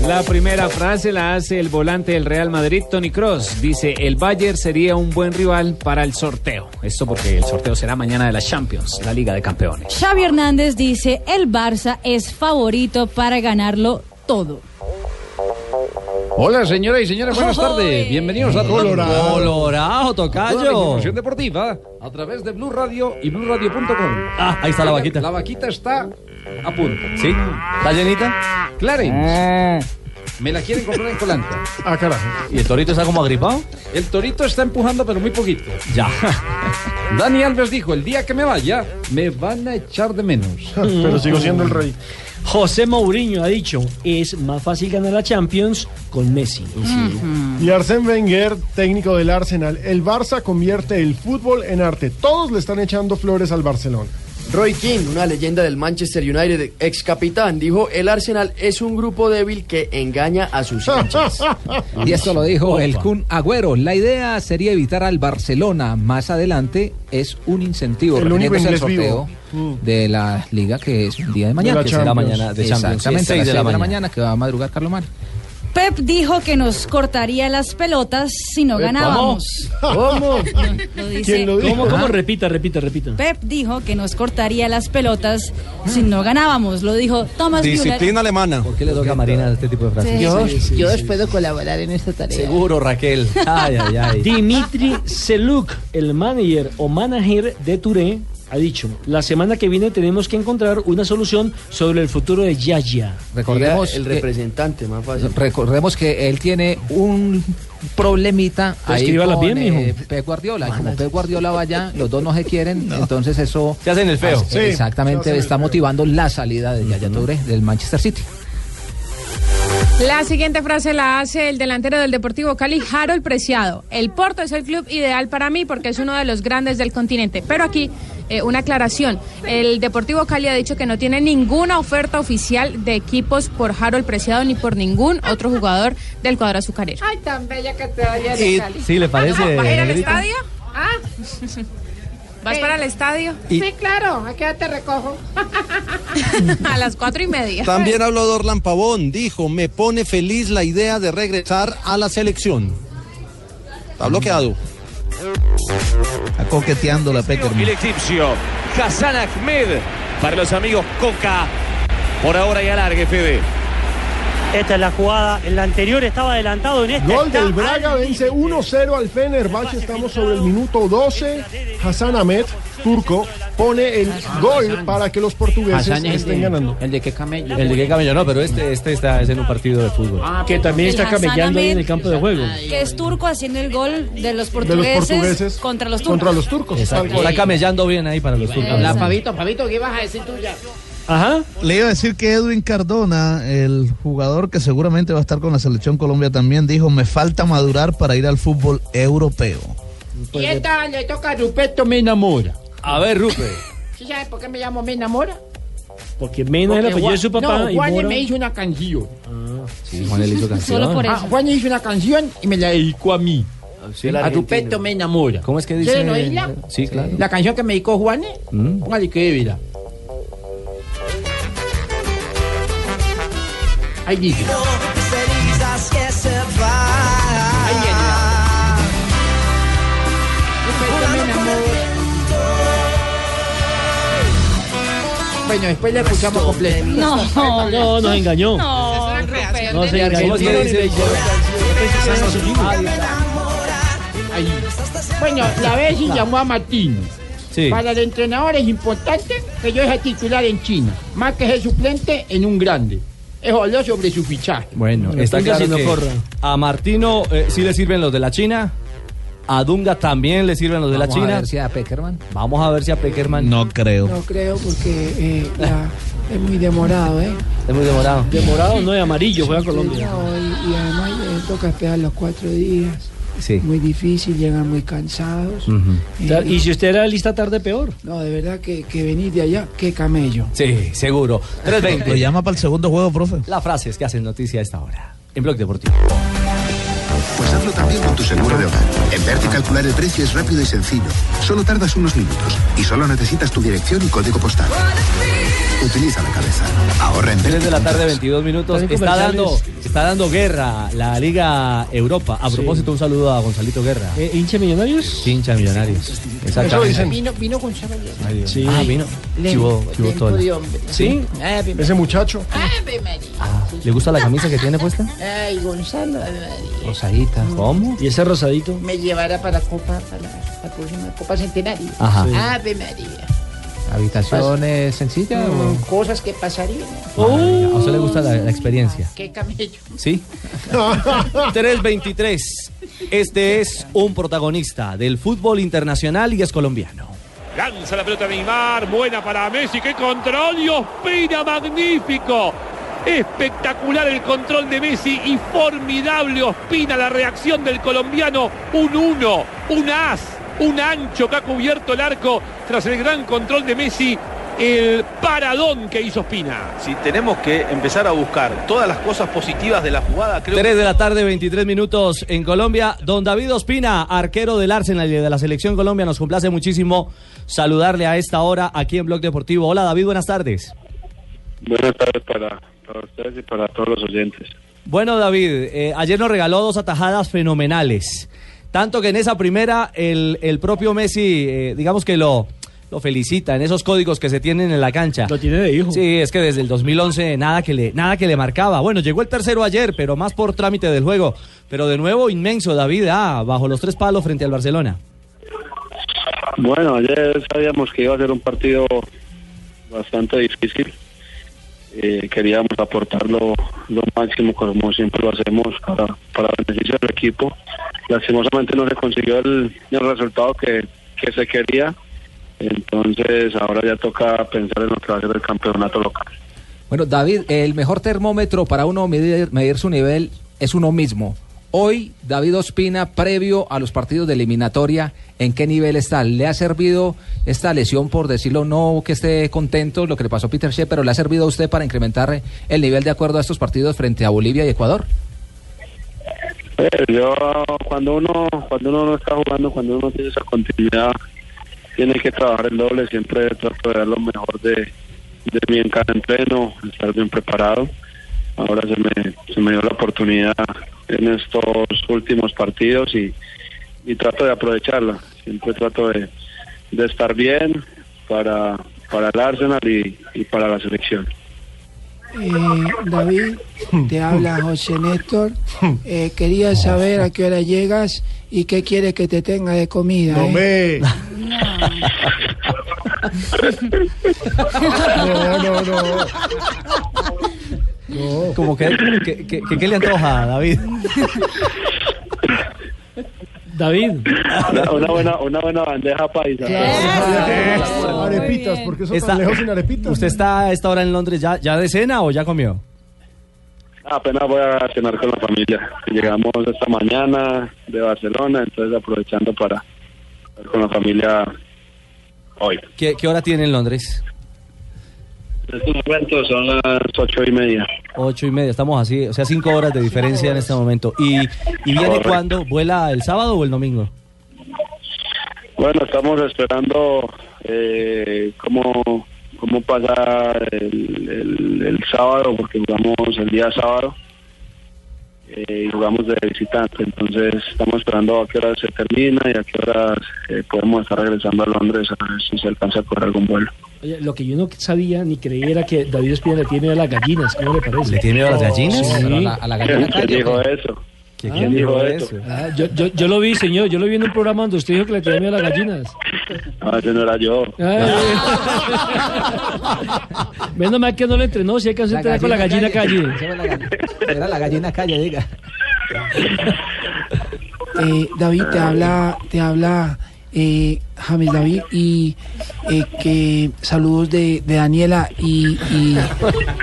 S6: La primera frase la hace el volante del Real Madrid, Tony Cross. Dice: El Bayern sería un buen rival para el sorteo. Esto porque el sorteo será mañana de la Champions, la Liga de Campeones.
S13: Xavi Hernández dice, el Barça es favorito para ganarlo todo.
S8: Hola, señoras y señores, buenas tardes. Bienvenidos a
S1: Colorado. Colorado, tocayo.
S8: Toda la información deportiva a través de Blue Radio y BlueRadio.com.
S1: Ah, ahí está la vaquita.
S8: La vaquita está a punto.
S1: ¿Sí? ¿Está llenita?
S2: Eh.
S8: Clarence. Me la quieren comprar en
S2: [laughs]
S8: Colanta.
S4: Ah, carajo.
S1: ¿Y el torito está como agripado?
S8: El torito está empujando, pero muy poquito.
S1: Ya.
S8: [laughs] Dani Alves dijo, el día que me vaya, me van a echar de menos.
S4: Pero sigo siendo el rey.
S2: José Mourinho ha dicho, es más fácil ganar la Champions con Messi.
S26: Mm.
S4: Y Arsène Wenger, técnico del Arsenal, el Barça convierte el fútbol en arte. Todos le están echando flores al Barcelona.
S7: Roy King, una leyenda del Manchester United, ex capitán, dijo: El Arsenal es un grupo débil que engaña a sus hinchas.
S5: [laughs] Y esto lo dijo el Kun Agüero. La idea sería evitar al Barcelona más adelante. Es un incentivo.
S1: El único
S5: refiriéndose al
S1: inglés vivo. Mm.
S5: sorteo de la liga que es el día de mañana.
S1: la
S5: que será
S1: Champions.
S5: mañana de
S1: Exactamente,
S5: Champions.
S1: a las
S5: Exactamente,
S1: seis de la mañana.
S5: que va a madrugar Carlos Mario.
S13: Pep dijo que nos cortaría las pelotas si no
S5: Epa.
S13: ganábamos. [laughs]
S2: ¿Cómo?
S13: Lo Ah. dice-
S2: ¿Cómo, cómo? Repita, repita, repita.
S13: Pep dijo que nos cortaría las pelotas si no ganábamos. Lo dijo Thomas Müller.
S1: alemana. ¿Por qué le toca a Marina este tipo de frases?
S10: Yo, yo os puedo colaborar en esta tarea.
S1: Seguro, Raquel. Ay, ay, ay.
S2: Dimitri Seluk, el manager o manager de Touré, ha dicho, la semana que viene tenemos que encontrar una solución sobre el futuro de Yaya.
S5: Recordemos
S7: el
S5: que-
S7: representante, más fácil.
S5: Recordemos que él tiene un problemita
S7: Pero
S5: ahí
S7: escríbala
S5: con,
S7: bien,
S5: eh,
S7: mijo.
S5: Pep Guardiola. Y Como Pep Guardiola vaya, los dos no se quieren, entonces eso...
S1: Se hacen el feo.
S5: Sí, Exactamente, está motivando la salida de Yaya Touré del Manchester City.
S9: La siguiente frase la hace el delantero del Deportivo Cali, Harold Preciado. El Porto es el club ideal para mí porque es uno de los grandes del continente. Pero aquí eh, una aclaración. El Deportivo Cali ha dicho que no tiene ninguna oferta oficial de equipos por Harold Preciado ni por ningún otro jugador del cuadro azucarero.
S6: Ay, tan bella que te
S9: vaya
S1: Sí, ¿le parece?
S9: ¿Vas a ir al
S1: negrita?
S9: estadio? Ah. [laughs] ¿Vas para el estadio?
S25: Y-
S9: Sí, claro, aquí te recojo. [laughs] a las cuatro y media.
S25: [laughs] También habló Dorlan Pavón, dijo, me pone feliz la idea de regresar a la selección. Está bloqueado.
S11: coqueteando la Peckerman.
S23: El egipcio Hassan Ahmed para los amigos Coca. Por ahora y alargue, Fede.
S17: Esta es la jugada. En la anterior estaba adelantado. En este esta
S4: Gol
S17: está
S4: del Braga vence 1-0 al Fenerbahce. Estamos sobre el minuto 12. Hassan Ahmed, turco, pone el gol para que los portugueses
S10: Hassan, el
S4: estén
S10: de-
S4: ganando.
S10: El de qué camello.
S1: El de que camello no, pero este, este está es en un partido de fútbol.
S2: Ah, Que también
S13: El
S2: está
S13: Hassan
S2: camellando ahí en
S13: Ahmed.
S2: el campo de juego.
S13: Que es turco haciendo el gol de los portugueses,
S1: portugueses
S13: contra los turcos.
S1: contra los
S4: turcos.
S1: Exacto. Está camellando bien ahí para los turcos.
S10: La Pavito, Pavito, ¿qué ibas a decir tú ya?
S2: Ajá.
S11: Le iba a decir que Edwin Cardona, el jugador que seguramente va a estar con la selección Colombia también, dijo, me falta madurar para ir al fútbol europeo.
S2: Pues
S10: Y esta le toca a Ruperto Me Enamora.
S1: A ver, Rupe.
S10: ¿Sí sabes por qué me llamo Me Enamora?
S2: [laughs] Porque Mena era el apellido de su
S10: Juan-
S2: papá.
S10: No,
S2: y
S10: Juan
S2: Mora-
S10: me hizo una canción.
S5: Juan él hizo canción.
S10: Ah, Juan hizo una canción y me la dedicó a mí.
S5: el
S10: a
S5: Ah, argentino.
S10: Ruperto Me Enamora.
S5: ¿Cómo es que
S10: ¿Quieren
S5: dice?
S10: oírla?
S5: Sí, claro. ¿Mm?
S10: La canción que me dedicó Juan, ¿eh? póngale que vida. Ahí dice. Ahí viene. Ruperto me enamora. Bueno, después la escuchamos completa.
S13: No,
S10: [laughs]
S2: No, nos engañó.
S13: No,
S2: No, se
S10: Argentina.
S2: engañó.
S10: Ahí. Bueno, la vez y llamó a Martino. Para el entrenador es importante que yo sea titular en China, más que ser suplente en un grande. Eso habló sobre su fichaje.
S1: Bueno,
S10: Me
S1: está
S10: ponga
S1: claro
S10: si no
S1: que
S10: corra.
S1: a Martino eh, sí le sirven los de la China. A Dunga también le sirven los de la
S5: Vamos a
S1: China.
S5: ver si a Peckerman.
S1: Vamos a ver si a Peckerman. No
S11: creo.
S12: No creo porque eh, la- es muy demorado, ¿eh?
S1: Es muy demorado.
S2: Demorado, no, de amarillo, juega Colombia.
S12: No, y, y además eh, toca esperar los cuatro días.
S1: Sí.
S12: Muy difícil, llegan muy cansados. Eh,
S2: Claro, Y si usted era lista tarde, peor.
S12: No, de verdad que, que venís de allá, qué camello.
S1: Sí, seguro. 320.
S12: Lo
S11: llama para el segundo juego, profe.
S1: Las frases que hacen noticia a esta hora. En Blog Deportivo.
S27: Pues hazlo también con tu seguro de hogar. En Verti calcular el precio es rápido y sencillo. Solo tardas unos minutos y solo necesitas tu dirección y código postal. Utiliza la cabeza. Ahora en Verti.
S1: 3 de la tarde, 22 minutos.
S27: También
S1: Está dando,
S27: comerciales.
S1: está dando guerra la Liga Europa. A propósito, un saludo a Gonzalito Guerra.
S2: ¿Hincha Millonarios?
S1: Sí, hincha Millonarios. Exactamente.
S10: Vino, vino con Chavallet.
S1: Ay, Dios.
S10: Sí.
S1: Ah, vino.
S10: Lento,
S1: Chivo, chivo
S10: lento
S1: todo.
S10: de hombre.
S1: Sí.
S10: Ave María.
S4: Ese muchacho.
S10: Ave María.
S1: Ah, ¿Le gusta la camisa que tiene puesta?
S10: Ay, Gonzalo, Ave María.
S1: Rosadita. ¿Cómo?
S2: ¿Y ese rosadito?
S10: me llevará para la copa, para la, la próxima copa centenario.
S5: Ajá. Sí.
S10: Ave María.
S5: ¿Habitaciones sencillas? o-
S10: Mm, Cosas que pasarían.
S1: Maravilla. Uh. ¿A usted le gusta la, la experiencia?
S10: Qué camello.
S4: [laughs]
S1: ¿Sí? 323. Este es un protagonista del fútbol internacional y es colombiano.
S19: Lanza la pelota a Neymar, buena para Messi, qué control y Ospina, magnífico. Espectacular el control de Messi y formidable Ospina, la reacción del colombiano, un uno, un as, un ancho que ha cubierto el arco tras el gran control de Messi, el paradón que hizo Ospina.
S16: Si tenemos que empezar a buscar todas las cosas positivas de la jugada, creo
S1: 3 de la tarde, 23 minutos en Colombia. Don David Ospina, arquero del Arsenal y de la Selección Colombia, nos complace muchísimo saludarle a esta hora aquí en Blog Deportivo. Hola David, buenas tardes.
S26: Buenas tardes para, para ustedes y para todos los oyentes.
S1: Bueno David, eh, ayer nos regaló dos atajadas fenomenales. Tanto que en esa primera el, el propio Messi, eh, digamos que lo, lo felicita en esos códigos que se tienen en la cancha. Lo
S2: tiene de hijo.
S1: Sí, es que desde el 2011 nada que le, nada que le marcaba. Bueno, llegó el tercero ayer, pero más por trámite del juego. Pero de nuevo inmenso David, ah, bajo los tres palos frente al Barcelona.
S26: Bueno, ayer sabíamos que iba a ser un partido bastante difícil. Eh, queríamos aportar lo, lo máximo, como siempre lo hacemos, para, para beneficio del equipo. Lastimosamente no se consiguió el, el resultado que, que se quería. Entonces ahora ya toca pensar en lo que va a ser el campeonato local.
S5: Bueno, David, el mejor termómetro para uno medir, medir su nivel es uno mismo. Hoy, David Ospina, previo a los partidos de eliminatoria, ¿en qué nivel está? ¿Le ha servido esta lesión, por decirlo no, que esté contento lo que le pasó a Peter Shea, pero le ha servido a usted para incrementar eh, el nivel de acuerdo a estos partidos frente a Bolivia y Ecuador?
S26: Eh, yo cuando uno cuando uno no está jugando, cuando uno tiene esa continuidad, tiene que trabajar el doble, siempre trato de dar lo mejor de, de mí en cada entreno, estar bien preparado. Ahora se me, se me dio la oportunidad en estos últimos partidos y, y trato de aprovecharla. Siempre trato de, de estar bien para, para el Arsenal y, y para la selección.
S12: Eh, David, te habla José
S4: [laughs]
S12: Néstor. Eh, quería saber a qué hora llegas y qué quieres que te tenga de comida.
S4: No
S12: ¿eh? [laughs]
S4: [laughs] No, no, no.
S1: Como que, que, que, que- ¿qué le antoja, David?
S2: David.
S26: [laughs] Una, una buena, una buena bandeja paisa.
S4: [laughs] Arepitas, porque eso tan lejos sin arepitas.
S1: ¿Usted está a esta hora en Londres ya, ya de cena o ya comió?
S26: Apenas voy a cenar con la familia. Llegamos esta mañana de Barcelona, entonces aprovechando para estar con la familia hoy.
S1: ¿Qué, qué hora tiene en Londres?
S26: En estos momentos son las ocho y media.
S1: Ocho y media, estamos así, o sea, cinco horas de diferencia en este momento. ¿Y, y viene
S26: Correcto.
S1: cuándo? ¿Vuela el sábado o el domingo?
S26: Bueno, estamos esperando eh, cómo, cómo pasa el, el- el sábado, porque jugamos el día sábado eh, y jugamos de visitante. Entonces, estamos esperando a qué horas se termina y a qué horas eh, podemos estar regresando a Londres a ver si se alcanza a correr algún vuelo.
S2: Oye, lo que yo no sabía ni creía era que David Espina le tiene miedo a las gallinas. ¿Cómo le parece? Oh,
S1: ¿Le tiene miedo a las gallinas?
S2: Sí.
S1: Pero a la- a la gallina
S26: ¿Quién dijo eso?
S1: ¿Quién,
S26: dijo eso?
S2: Ah, yo, yo, yo lo vi, señor. Yo lo vi en un programa donde usted dijo que le tenía miedo a las gallinas.
S26: No, Ah, ese no era yo.
S2: Menos mal que no lo entrenó. Si hay que entrenar con la gallina calle.
S5: [laughs] Era la gallina calle, diga.
S12: [laughs] Eh, David, te habla, te habla eh, James David y eh, que saludos de, de Daniela y, y-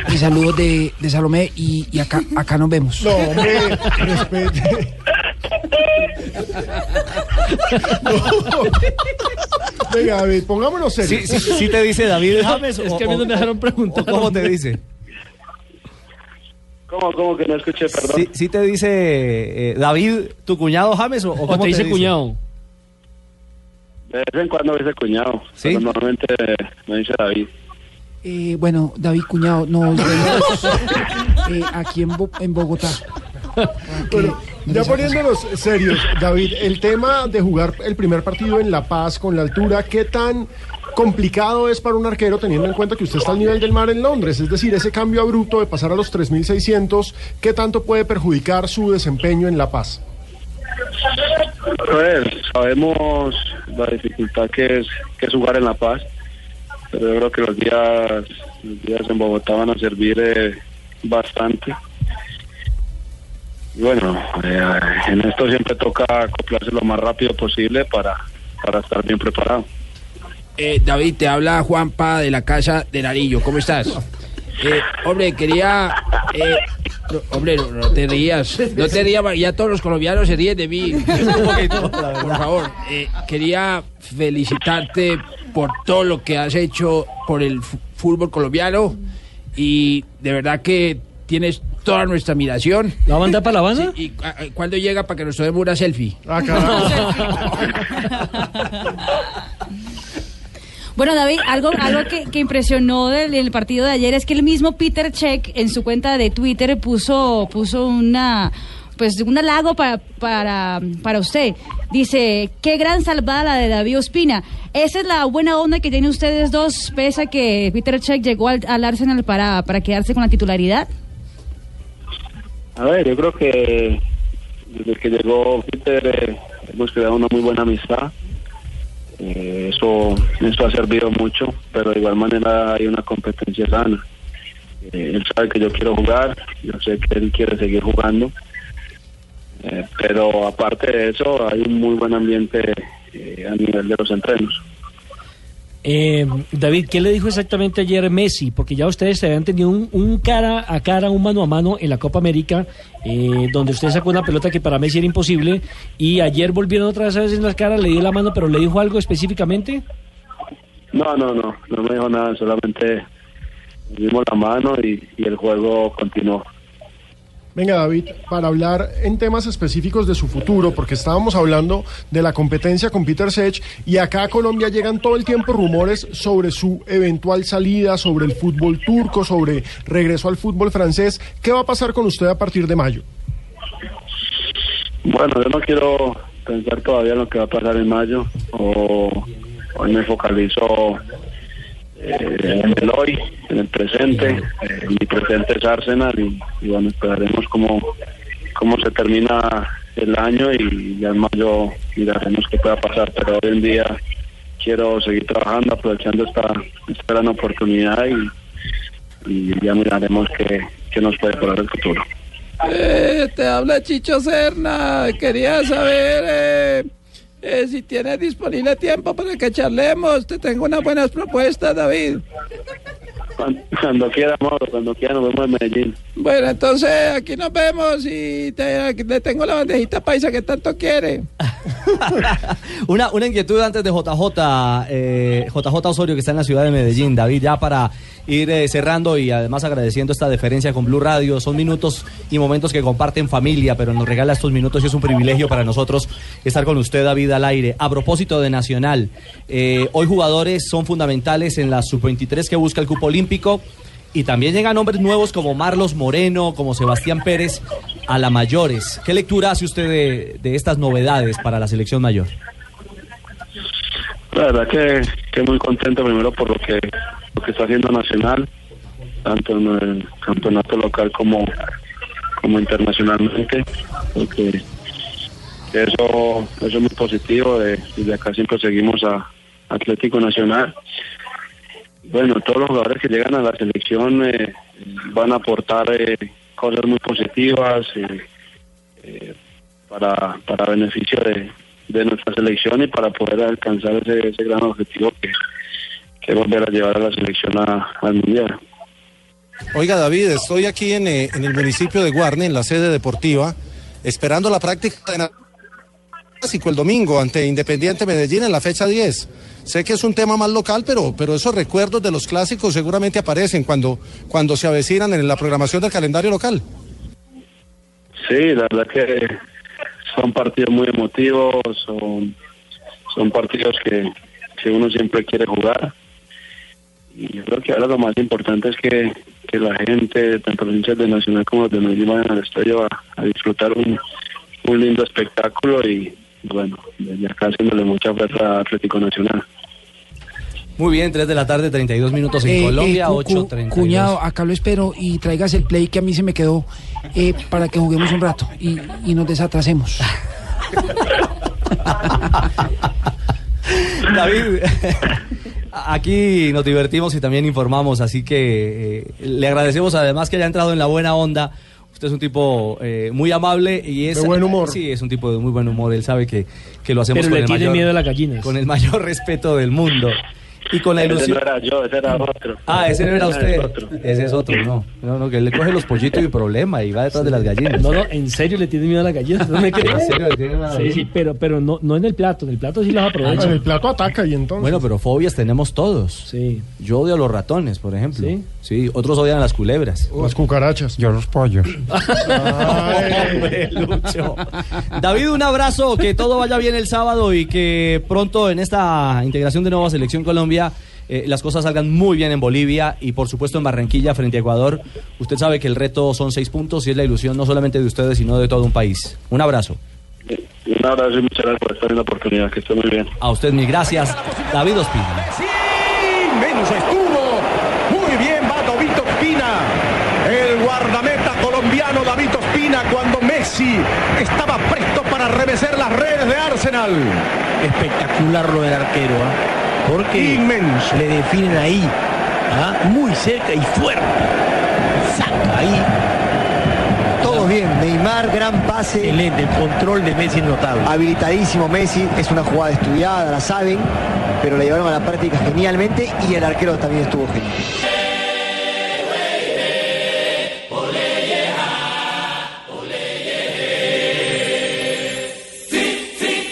S12: y saludos de, de Salomé y, y acá, acá nos vemos.
S4: No, hombre, respete. No. Venga, David, pongámonos
S1: Sí,
S4: serios.
S1: sí, sí te dice David James.
S2: Es que a mí no me dejaron preguntar.
S1: ¿Cómo te dice?
S26: ¿Cómo, cómo que no escuché? Perdón.
S1: ¿Sí, sí te dice eh, David, tu cuñado James? ¿O, o
S2: O
S1: cómo
S2: te dice cuñado.
S26: De vez en cuando me dice cuñado.
S1: ¿Sí?
S26: Pero normalmente me dice David.
S12: [laughs] Eh, bueno, David Cuñado, nos vemos eh, aquí en, Bo- en Bogotá.
S4: Bueno, ya poniéndonos serios, David, el tema de jugar el primer partido en La Paz con la altura, ¿qué tan complicado es para un arquero teniendo en cuenta que usted está al nivel del mar en Londres? Es decir, ese cambio abrupto de pasar a los 3.600, ¿qué tanto puede perjudicar su desempeño en La Paz?
S26: Pues, sabemos la dificultad que es, que es jugar en La Paz, pero yo creo que los días, los días en Bogotá van a servir eh, bastante. Y bueno, eh, en esto siempre toca acoplarse lo más rápido posible para, para estar bien preparado.
S10: Eh, David, te habla Juanpa de la casa de Narillo. ¿Cómo estás? Eh, hombre, quería. eh, no, hombre, no, no te rías. No te rías, ya todos los colombianos se ríen de mí. [laughs] Un poquito, por favor. Eh, quería felicitarte por todo lo que has hecho por el fu- fútbol colombiano y de verdad que tienes toda nuestra admiración.
S2: ¿La va a mandar para La Habana?
S10: Sí, ¿Y cu- a- cuándo llega para que nos tomemos una selfie? [laughs]
S13: Bueno, David, algo, algo que, que impresionó del, del partido de ayer es que el mismo Peter Check en su cuenta de Twitter puso, puso una pues un halago para, para, para usted. Dice, qué gran salvada la de David Ospina. Esa es la buena onda que tienen ustedes dos, pese a que Peter Check llegó al, al Arsenal para, para quedarse con la titularidad.
S26: A ver, yo creo que desde que llegó Peter eh, hemos creado una muy buena amistad. Eh, eso, eso ha servido mucho, pero de igual manera hay una competencia sana. Eh, él sabe que yo quiero jugar, yo sé que él quiere seguir jugando, Eh, pero aparte de eso hay un muy buen ambiente eh, a nivel de los entrenos.
S2: Eh, David, ¿qué le dijo exactamente ayer Messi? Porque ya ustedes habían tenido un, un cara a cara, un mano a mano en la Copa América, eh, donde usted sacó una pelota que para Messi era imposible, y ayer volvieron otra vez en las caras, le dio la mano, pero ¿le dijo algo específicamente?
S26: No, no, no, no me dijo nada, solamente nos dimos la mano y, y el juego continuó.
S4: Venga, David, para hablar en temas específicos de su futuro, porque estábamos hablando de la competencia con Peter Sech y acá a Colombia llegan todo el tiempo rumores sobre su eventual salida, sobre el fútbol turco, sobre regreso al fútbol francés. ¿Qué va a pasar con usted a partir de mayo?
S26: Bueno, yo no quiero pensar todavía en lo que va a pasar en mayo. O, hoy me focalizo eh, en el hoy, en el presente. Eh, mi presente es Arsenal y, y bueno, esperaremos cómo, cómo se termina el año y ya en mayo miraremos qué pueda pasar. Pero hoy en día quiero seguir trabajando, aprovechando esta, esta gran oportunidad y, y ya miraremos qué, qué nos puede parar el futuro.
S15: Eh, te habla Chicho Serna. Quería saber eh, eh, si tienes disponible tiempo para que charlemos. Te tengo unas buenas propuestas, David.
S26: Cuando, cuando quiera, Mauro, cuando quiera nos vemos en Medellín.
S15: Bueno, entonces aquí nos vemos y te, le tengo la bandejita paisa que tanto quiere.
S1: Una, una inquietud antes de JJ, eh, JJ Osorio, que está en la ciudad de Medellín. David, ya para ir eh, cerrando y además agradeciendo esta deferencia con Blue Radio. Son minutos y momentos que comparten familia, pero nos regala estos minutos y es un privilegio para nosotros estar con usted, David, al aire. A propósito de Nacional, eh, hoy jugadores son fundamentales en la sub-23 que busca el cupo olímpico. Y también llegan hombres nuevos como Marlos Moreno, como Sebastián Pérez, a la mayores. ¿Qué lectura hace usted de, de estas novedades para la selección mayor?
S26: La verdad que, que muy contento primero por lo que, lo que está haciendo Nacional, tanto en el campeonato local como, como internacionalmente, porque eso, eso es muy positivo, eh, desde acá siempre seguimos a Atlético Nacional. Bueno, todos los jugadores que llegan a la selección eh, van a aportar eh, cosas muy positivas eh, para, para beneficio de, de nuestra selección y para poder alcanzar ese, ese gran objetivo que, que es volver a llevar a la selección a- al Mundial.
S25: Oiga, David, estoy aquí en, eh, en el municipio de Guarne, en la sede deportiva, esperando la práctica de na- clásico el domingo ante Independiente Medellín en la fecha 10. Sé que es un tema más local, pero, pero esos recuerdos de los clásicos seguramente aparecen cuando, cuando se avecinan en la programación del calendario local.
S26: Sí, la verdad que son partidos muy emotivos, son, son partidos que, que uno siempre quiere jugar. Y yo creo que ahora lo más importante es que, que la gente, tanto los hinchas de Nacional como los de Medellín, vayan al estadio a, a disfrutar un, un lindo espectáculo y bueno, desde acá haciéndole mucha fuerza a Atlético Nacional.
S1: Muy bien, 3 de la tarde, 32 minutos en
S12: Eh, eh,
S1: Colombia,
S12: cu- cu-
S1: 8.32.
S12: Cuñado, acá lo espero y traigas el play que a mí se me quedó eh, para que juguemos un rato y, y nos [laughs] desatrasemos.
S1: [laughs] David, [laughs] aquí nos divertimos y también informamos, así que eh, le agradecemos además que haya entrado en la buena onda. Usted es un tipo eh, muy amable y es...
S4: De buen humor.
S1: Sí, es un tipo de muy buen humor. Él sabe que, que lo hacemos
S2: Pero
S1: con
S2: le
S1: el
S2: tiene
S1: mayor,
S2: miedo a las gallinas.
S1: Con el mayor [laughs] respeto del mundo. Y con la
S26: Ese no
S1: ilusión...
S26: era yo, ese era otro.
S1: Ah, ese no era usted.
S26: es otro.
S1: Ese es otro, no. No, no, que le coge los pollitos y problema y va detrás de las gallinas.
S2: No, no, en serio le tiene miedo a las gallinas. No me crees.
S1: [laughs] ¿En serio le tiene miedo a las
S2: Sí, sí, pero, pero no, no en el plato. En el plato sí las aprovecha.
S1: Ah, en el
S4: plato ataca y entonces.
S1: Bueno, pero fobias tenemos todos. Sí. Yo odio a los ratones, por ejemplo. Sí. otros odian a las culebras.
S4: Las cucarachas.
S1: Yo los pollos. [laughs] David, un abrazo, que todo vaya bien el sábado y que pronto en esta integración de Nueva Selección Colombia eh, las cosas salgan muy bien en Bolivia y por supuesto en Barranquilla frente a Ecuador. Usted sabe que el reto son seis puntos y es la ilusión no solamente de ustedes, sino de todo un país. Un abrazo.
S26: Un abrazo y muchas gracias por estar en la oportunidad, que esté muy bien.
S1: A usted mil gracias. David Ospina.
S20: menos estuvo. Muy bien va David Ospina. El guardameta colombiano David Ospina cuando Messi estaba presto para remecer las redes de Arsenal.
S21: Espectacular lo del arquero, ¿ah? porque le definen ahí, ¿ah? muy cerca y fuerte. Saca ahí. Todo bien, Neymar, gran pase. Excelente, el control de Messi es notable.
S22: Habilitadísimo Messi, es una jugada estudiada, la saben, pero la llevaron a la práctica genialmente y el arquero también estuvo genial.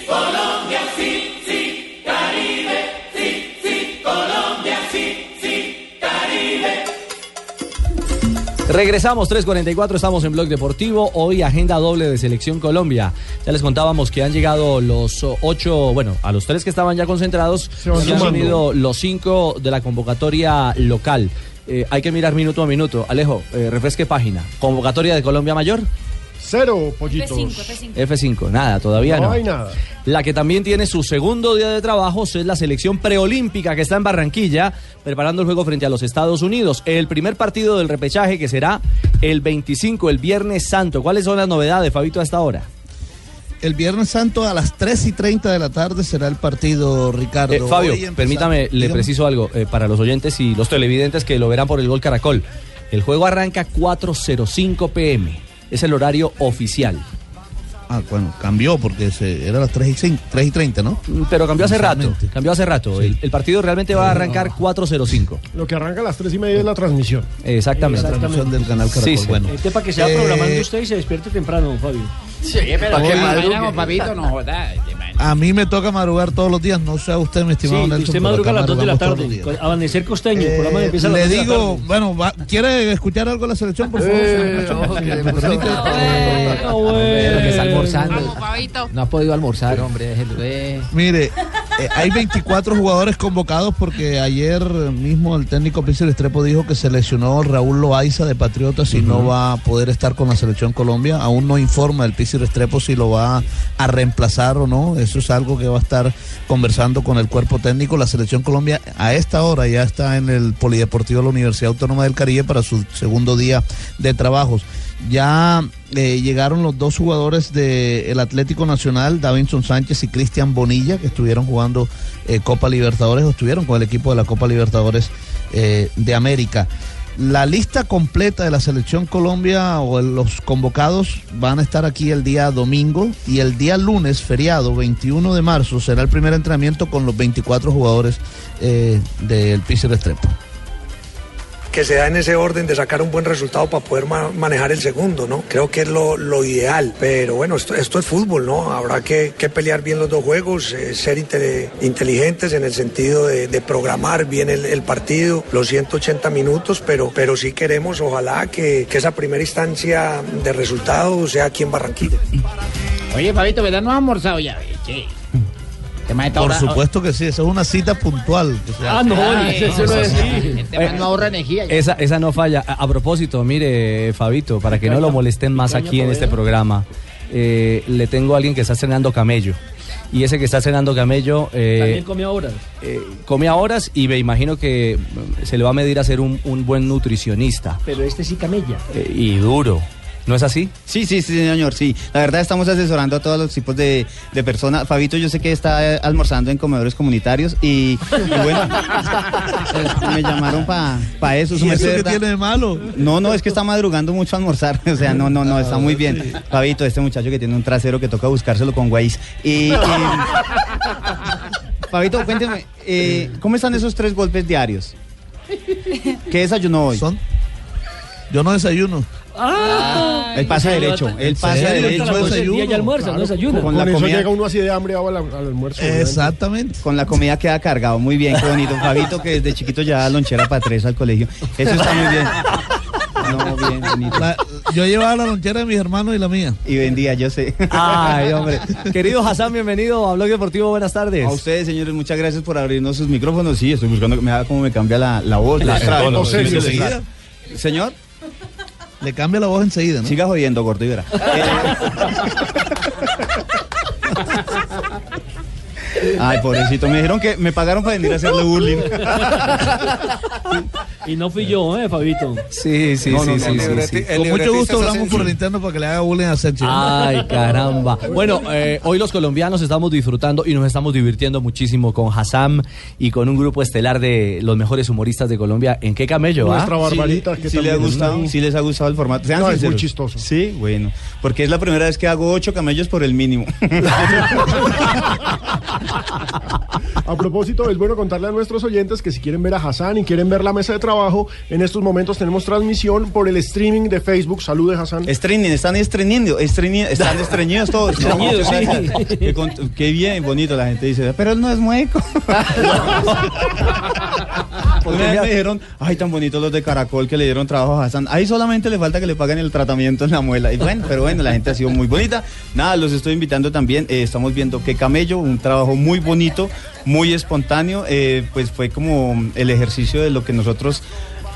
S3: Colombia sí, sí, Caribe, sí, sí, Colombia sí, sí, Caribe.
S1: Regresamos 3.44, estamos en Blog Deportivo, hoy agenda doble de Selección Colombia. Ya les contábamos que han llegado los o- ocho, bueno, a los tres que estaban ya concentrados, se
S4: van
S1: han
S4: sumando.
S1: unido los cinco de la convocatoria local. Eh, hay que mirar minuto a minuto. Alejo, eh, refresque página. Convocatoria de Colombia Mayor.
S4: Cero, pollitos.
S5: Eh,
S1: F5, nada, todavía no.
S4: No hay nada.
S1: La que también tiene su segundo día de trabajos es la selección preolímpica que está en Barranquilla preparando el juego frente a los Estados Unidos. El primer partido del repechaje que será el 25, el Viernes Santo. ¿Cuáles son las novedades, Fabito, hasta ahora?
S11: El Viernes Santo a las 3 y 30 de la tarde será el partido, Ricardo.
S1: Eh, Fabio,
S11: Hoy empezamos-
S1: permítame, le
S11: Dígame.
S1: preciso algo eh, para los oyentes y los televidentes que lo verán por el Gol Caracol. El juego arranca 4.05 pm. Es el horario oficial.
S11: Ah, bueno, cambió porque se, era a las 3 y, cinco- 3 y 30, ¿no?
S1: Mm, Pero cambió hace rato. Cambió hace rato. El, el partido realmente va a arrancar 4.05.
S4: Lo que arranca a las tres y media es la transmisión.
S1: Exactamente.
S4: La transmisión
S11: del canal
S1: Caracol. Sí, sí. Bueno.
S2: Este para que se va
S11: Eh,
S2: programando usted y se despierte temprano, don Fabio.
S11: Sí, pero Pa' que que madrugue. mañana con
S2: papito no joda.
S11: A mí me toca madrugar todos los días, no sea usted, mi estimado
S2: Sí,
S11: Nelson.
S2: usted
S11: pero
S2: madruga a
S11: acá
S2: las 2 de la
S11: madrugamos todos los
S2: tarde.
S11: días.
S2: con Amanecer costeño, el programa
S11: Eh,
S2: empieza a las
S11: le
S2: dos de la
S11: digo,
S2: tarde.
S11: bueno, va- ¿quiere escuchar algo de la selección, por favor? señor Nacho? Si me permite.
S5: Lo que está almorzando. No ha podido almorzar, hombre. déjelo, eh.
S11: Mire, eh, hay 24 jugadores convocados porque ayer mismo el técnico Pizzer Estrepo dijo que seleccionó Raúl Loaiza de Patriotas y no va a poder estar con la selección Colombia. Aún no informa el Pizzer Estrepo si lo va a reemplazar o no. Eso es algo que va a estar conversando con el cuerpo técnico. La selección Colombia a esta hora ya está en el Polideportivo de la Universidad Autónoma del Caribe para su segundo día de trabajos. Ya eh, llegaron los dos jugadores del Atlético Nacional, Davinson Sánchez y Cristian Bonilla, que estuvieron jugando eh, Copa Libertadores o estuvieron con el equipo de la Copa Libertadores eh, de América. La lista completa de la selección Colombia o el- los convocados van a estar aquí el día domingo y el día lunes, feriado 21 de marzo, será el primer entrenamiento con los 24 jugadores eh, del Pícer Estrepo.
S6: que se da en ese orden de sacar un buen resultado para poder ma- manejar el segundo, ¿no? Creo que es lo, lo ideal, pero bueno, esto, esto es fútbol, ¿no? Habrá que, que pelear bien los dos juegos, eh, ser inte- inteligentes en el sentido de, de programar bien el, el partido, los 180 minutos, pero, pero sí queremos, ojalá, que, que esa primera instancia de resultado sea aquí en Barranquilla.
S10: Oye, Fabito, ¿verdad? No has almorzado ya. eh, Che.
S11: Por
S10: ahora-
S11: supuesto que sí, esa es una cita puntual. que
S1: Ah,
S11: se hace.
S10: eh,
S11: Ah, eso no es-
S10: Este man no ahorra energía. ya.
S1: Esa, esa no falla. A, a propósito, mire, Fabito, para que no lo molesten más aquí en este programa, eh, le tengo a alguien que está cenando camello. Y ese que está cenando camello eh,
S2: También come ahora.
S1: come a horas y me imagino que mm, se le va a medir a ser un, un
S11: [laughs]
S1: buen nutricionista.
S2: Pero este sí camella.
S1: Eh, y duro. ¿No es así?
S7: Sí, sí, sí, señor, sí. La verdad estamos asesorando a todos los tipos de, de personas. Fabito, yo sé que está eh, almorzando en comedores comunitarios y, y bueno, me llamaron para eso. su
S11: ¿Y eso
S7: merced,
S11: qué
S7: ¿verdad?
S11: tiene de malo?
S7: No, no, es que está madrugando mucho a almorzar. [laughs] O sea, no, no, no, está muy
S11: Ah,
S7: bien. Fabito, este muchacho que tiene un trasero que toca buscárselo con Waze.
S11: [laughs]
S7: Y, y- Fabito, cuénteme, eh, ¿cómo están esos tres golpes diarios? ¿Qué desayunó hoy?
S11: Yo no desayuno. Ah.
S7: Él pasa derecho, él pasa derecho.
S4: pues, Con, eso llega uno así de hambre al, al almuerzo.
S11: Exactamente.
S7: Con la comida queda cargado. Muy bien, qué bonito. Fabito, que desde chiquito ya da lonchera para tres al colegio. Eso está muy bien.
S11: [laughs]
S7: No, bien, bonito.
S11: La- yo llevaba la lonchera de mis hermanos y la mía.
S7: Y vendía, yo sé.
S1: Ay, hombre. Querido Hassan, bienvenido a Blog Deportivo. Buenas tardes.
S7: A ustedes, señores, muchas gracias por abrirnos sus micrófonos. Sí, estoy buscando que me haga cómo me cambia la, la voz.
S11: La-
S7: La,
S11: el tono,
S7: Sí,
S11: sí,
S7: sí,
S11: sí.
S7: sí. Señor.
S11: Le cambia la voz enseguida, ¿no?
S7: Siga jodiendo, gordo, y verá.
S11: [laughs]
S7: Eh, [laughs] Ay, pobrecito, me dijeron que me pagaron para venir a hacerle bullying.
S2: Y no fui yo, ¿eh, Fabito?
S1: Sí, sí, sí, sí, sí, sí.
S11: Con mucho gusto hablamos por el interno para que le haga bullying a Sergio.
S1: Ay, caramba. Bueno, eh, hoy los colombianos estamos disfrutando y nos estamos divirtiendo muchísimo con Hassam y con un grupo estelar de los mejores humoristas de Colombia. ¿En qué camello? ah?
S7: Sí, sí le ha gustado, sí les ha gustado el formato. Sean
S1: No, es muy
S7: sinceros.
S1: chistoso.
S7: Sí, bueno, porque es la primera vez que hago ocho camellos por el
S1: [laughs]
S7: mínimo.
S4: A propósito, es bueno contarle a nuestros oyentes que si quieren ver a Hassan y quieren ver la mesa de trabajo, en estos momentos tenemos transmisión por el streaming de Facebook. Salude, Hassan.
S7: Estreñen, están estreñiendo, estreñi- están estreñidos
S1: [laughs]
S7: todos.
S4: Estreñidos, sí.
S7: Qué, con- qué bien, bonito la gente dice, pero él no es mueco. Una vez me dijeron, ay, tan bonitos los de Caracol que le dieron trabajo a Hassan. Ahí solamente le falta que le paguen el tratamiento en la muela. Y bueno, pero bueno, la gente ha sido muy bonita. Nada, los estoy invitando también. eh, estamos viendo que Camello, un trabajo muy bonito, muy espontáneo. eh, pues fue como el ejercicio de lo que nosotros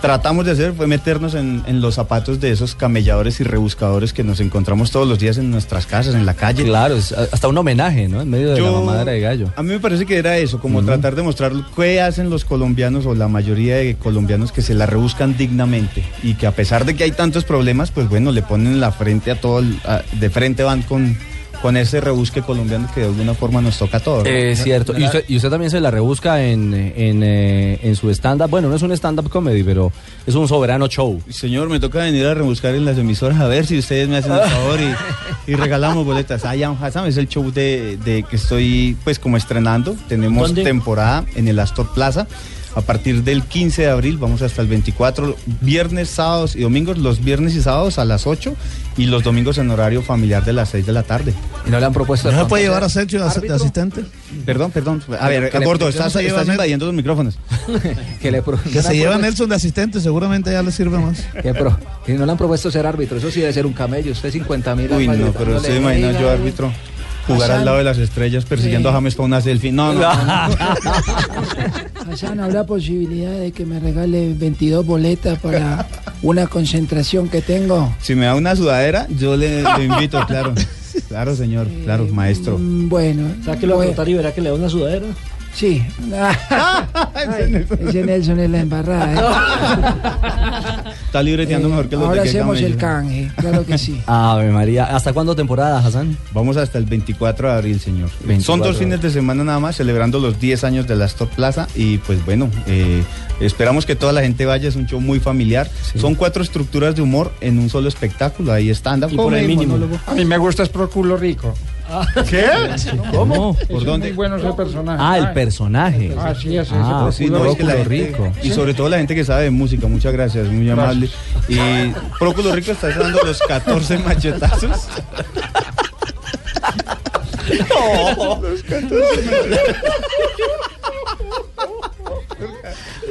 S7: tratamos de hacer fue meternos en, en los zapatos de esos camelladores y rebuscadores que nos encontramos todos los días en nuestras casas, en la calle.
S1: Claro, es a- hasta un homenaje, ¿no? En medio de la
S7: Yo-
S1: mamadera de gallo.
S7: A mí me parece que era eso, como tratar de mostrar qué hacen los colombianos o la mayoría de colombianos que se la rebuscan dignamente y que a pesar de que hay tantos problemas, pues bueno, le ponen la frente a todo, el- a- de frente van con, con ese rebusque colombiano que de alguna forma nos toca a todos. ¿no?
S1: Es Eh, cierto. Y usted, y usted también se la rebusca en, eh, en, eh, en su stand-up. Bueno, no es un stand-up comedy, pero es un soberano show.
S7: Señor, me toca venir a rebuscar en las emisoras a ver si ustedes me hacen el favor y, y regalamos boletas. I Am Hassan es el show de, de que estoy pues como estrenando. Tenemos
S2: ¿Dónde?
S7: temporada en el Astor Plaza. A partir del 15 de abril vamos hasta el 24, viernes, sábados y domingos, los viernes y sábados a las 8 y los domingos en horario familiar de las 6 de la tarde.
S5: ¿Y no le han propuesto?
S7: el
S11: ¿No se puede
S7: fantasía?
S11: llevar a Sergio de as- de asistente?
S7: Perdón, perdón. A ver,
S11: Que le-
S7: gordo,
S11: que
S7: estás,
S11: no se lleva
S7: estás
S11: Nelson.
S7: invadiendo los micrófonos.
S5: [laughs] que le pro-
S11: Que se lleva Nelson de asistente, seguramente ya le sirve más.
S5: Que pro- que no le han propuesto ser árbitro, eso sí debe ser un camello, usted 50 mil.
S7: Uy, no, pero usted imagina yo árbitro jugar al lado de las estrellas persiguiendo a James para una selfie. No, no, no, no.
S12: Hassan, ¿habrá posibilidad de que me regale 22 boletas para una concentración que tengo?
S7: Si me da una sudadera, yo le, lo invito, claro. Claro, señor, claro, maestro.
S12: Mm, Bueno.
S2: Sáquelo a
S12: bueno.
S2: trotar y verá que le da una sudadera. [laughs]
S12: Sí. Ay, ese Nelson es
S2: [laughs]
S12: la embarrada. ¿eh?
S7: Está libreteando mejor que los
S12: Ahora
S7: de que
S12: hacemos
S7: Camello.
S12: el canje, claro que sí.
S1: Ave María. ¿Hasta cuándo temporada, Hassan?
S7: Vamos hasta el 24 de abril, señor.
S1: 24
S7: Son dos
S1: de
S7: fines de semana nada más, celebrando los 10 años de la Stop Plaza. Y pues bueno, eh, esperamos que toda la gente vaya. Es un show muy familiar. Son cuatro estructuras de humor en un solo espectáculo. Ahí stand up
S8: Y por el
S7: comedy,
S8: mínimo.
S7: monólogo.
S8: A mí me gusta es por culo rico.
S7: ¿Qué?
S8: ¿Cómo?
S7: ¿Por
S8: ¿Por dónde?
S7: dónde?
S8: muy bueno ese personaje.
S1: Ah, el personaje.
S8: Ah, sí, ese, ese
S7: Ah,
S8: por
S7: sí,
S8: culo
S7: no, es que la
S8: rico.
S7: gente- Y
S8: Sí.
S7: sobre todo la gente que sabe de música, muchas gracias, muy amable. Y Próculo Rico está dando los 14 machetazos.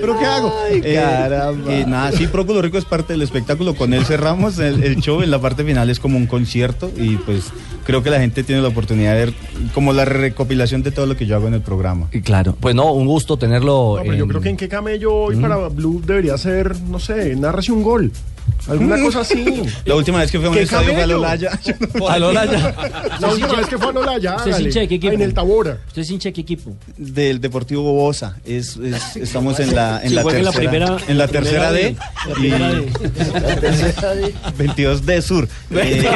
S7: ¿Pero qué hago? Eh, eh, nada, sí, Próculo Rico es parte del espectáculo. Con él cerramos el, el show. En la parte final es como un concierto. Y pues creo que la gente tiene la oportunidad de ver como la recopilación de todo lo que yo hago en el programa.
S1: Y claro, pues no, un gusto tenerlo.
S7: pero yo
S1: en-
S4: Creo que en qué camello hoy para Blue debería ser, no sé, narrase un gol. Alguna cosa así.
S7: La última vez que fui a un
S4: ¿Qué
S7: estadio fue a
S4: camello?
S7: Lolaya.
S1: A Lolaya.
S4: La última vez que fue a Lolaya,
S7: Usted es
S4: hágale.
S7: hincha de qué equipo?
S4: Ah, En el Tabora.
S2: Usted es hincha de qué equipo.
S7: del Deportivo Bosa. Es, es- estamos en la, en
S2: Sí,
S7: la
S2: juega en la
S7: tercera, en la
S2: primera- la
S7: tercera D.
S2: primera D. La primera D.
S7: [laughs] y- 22 D Sur. Eh,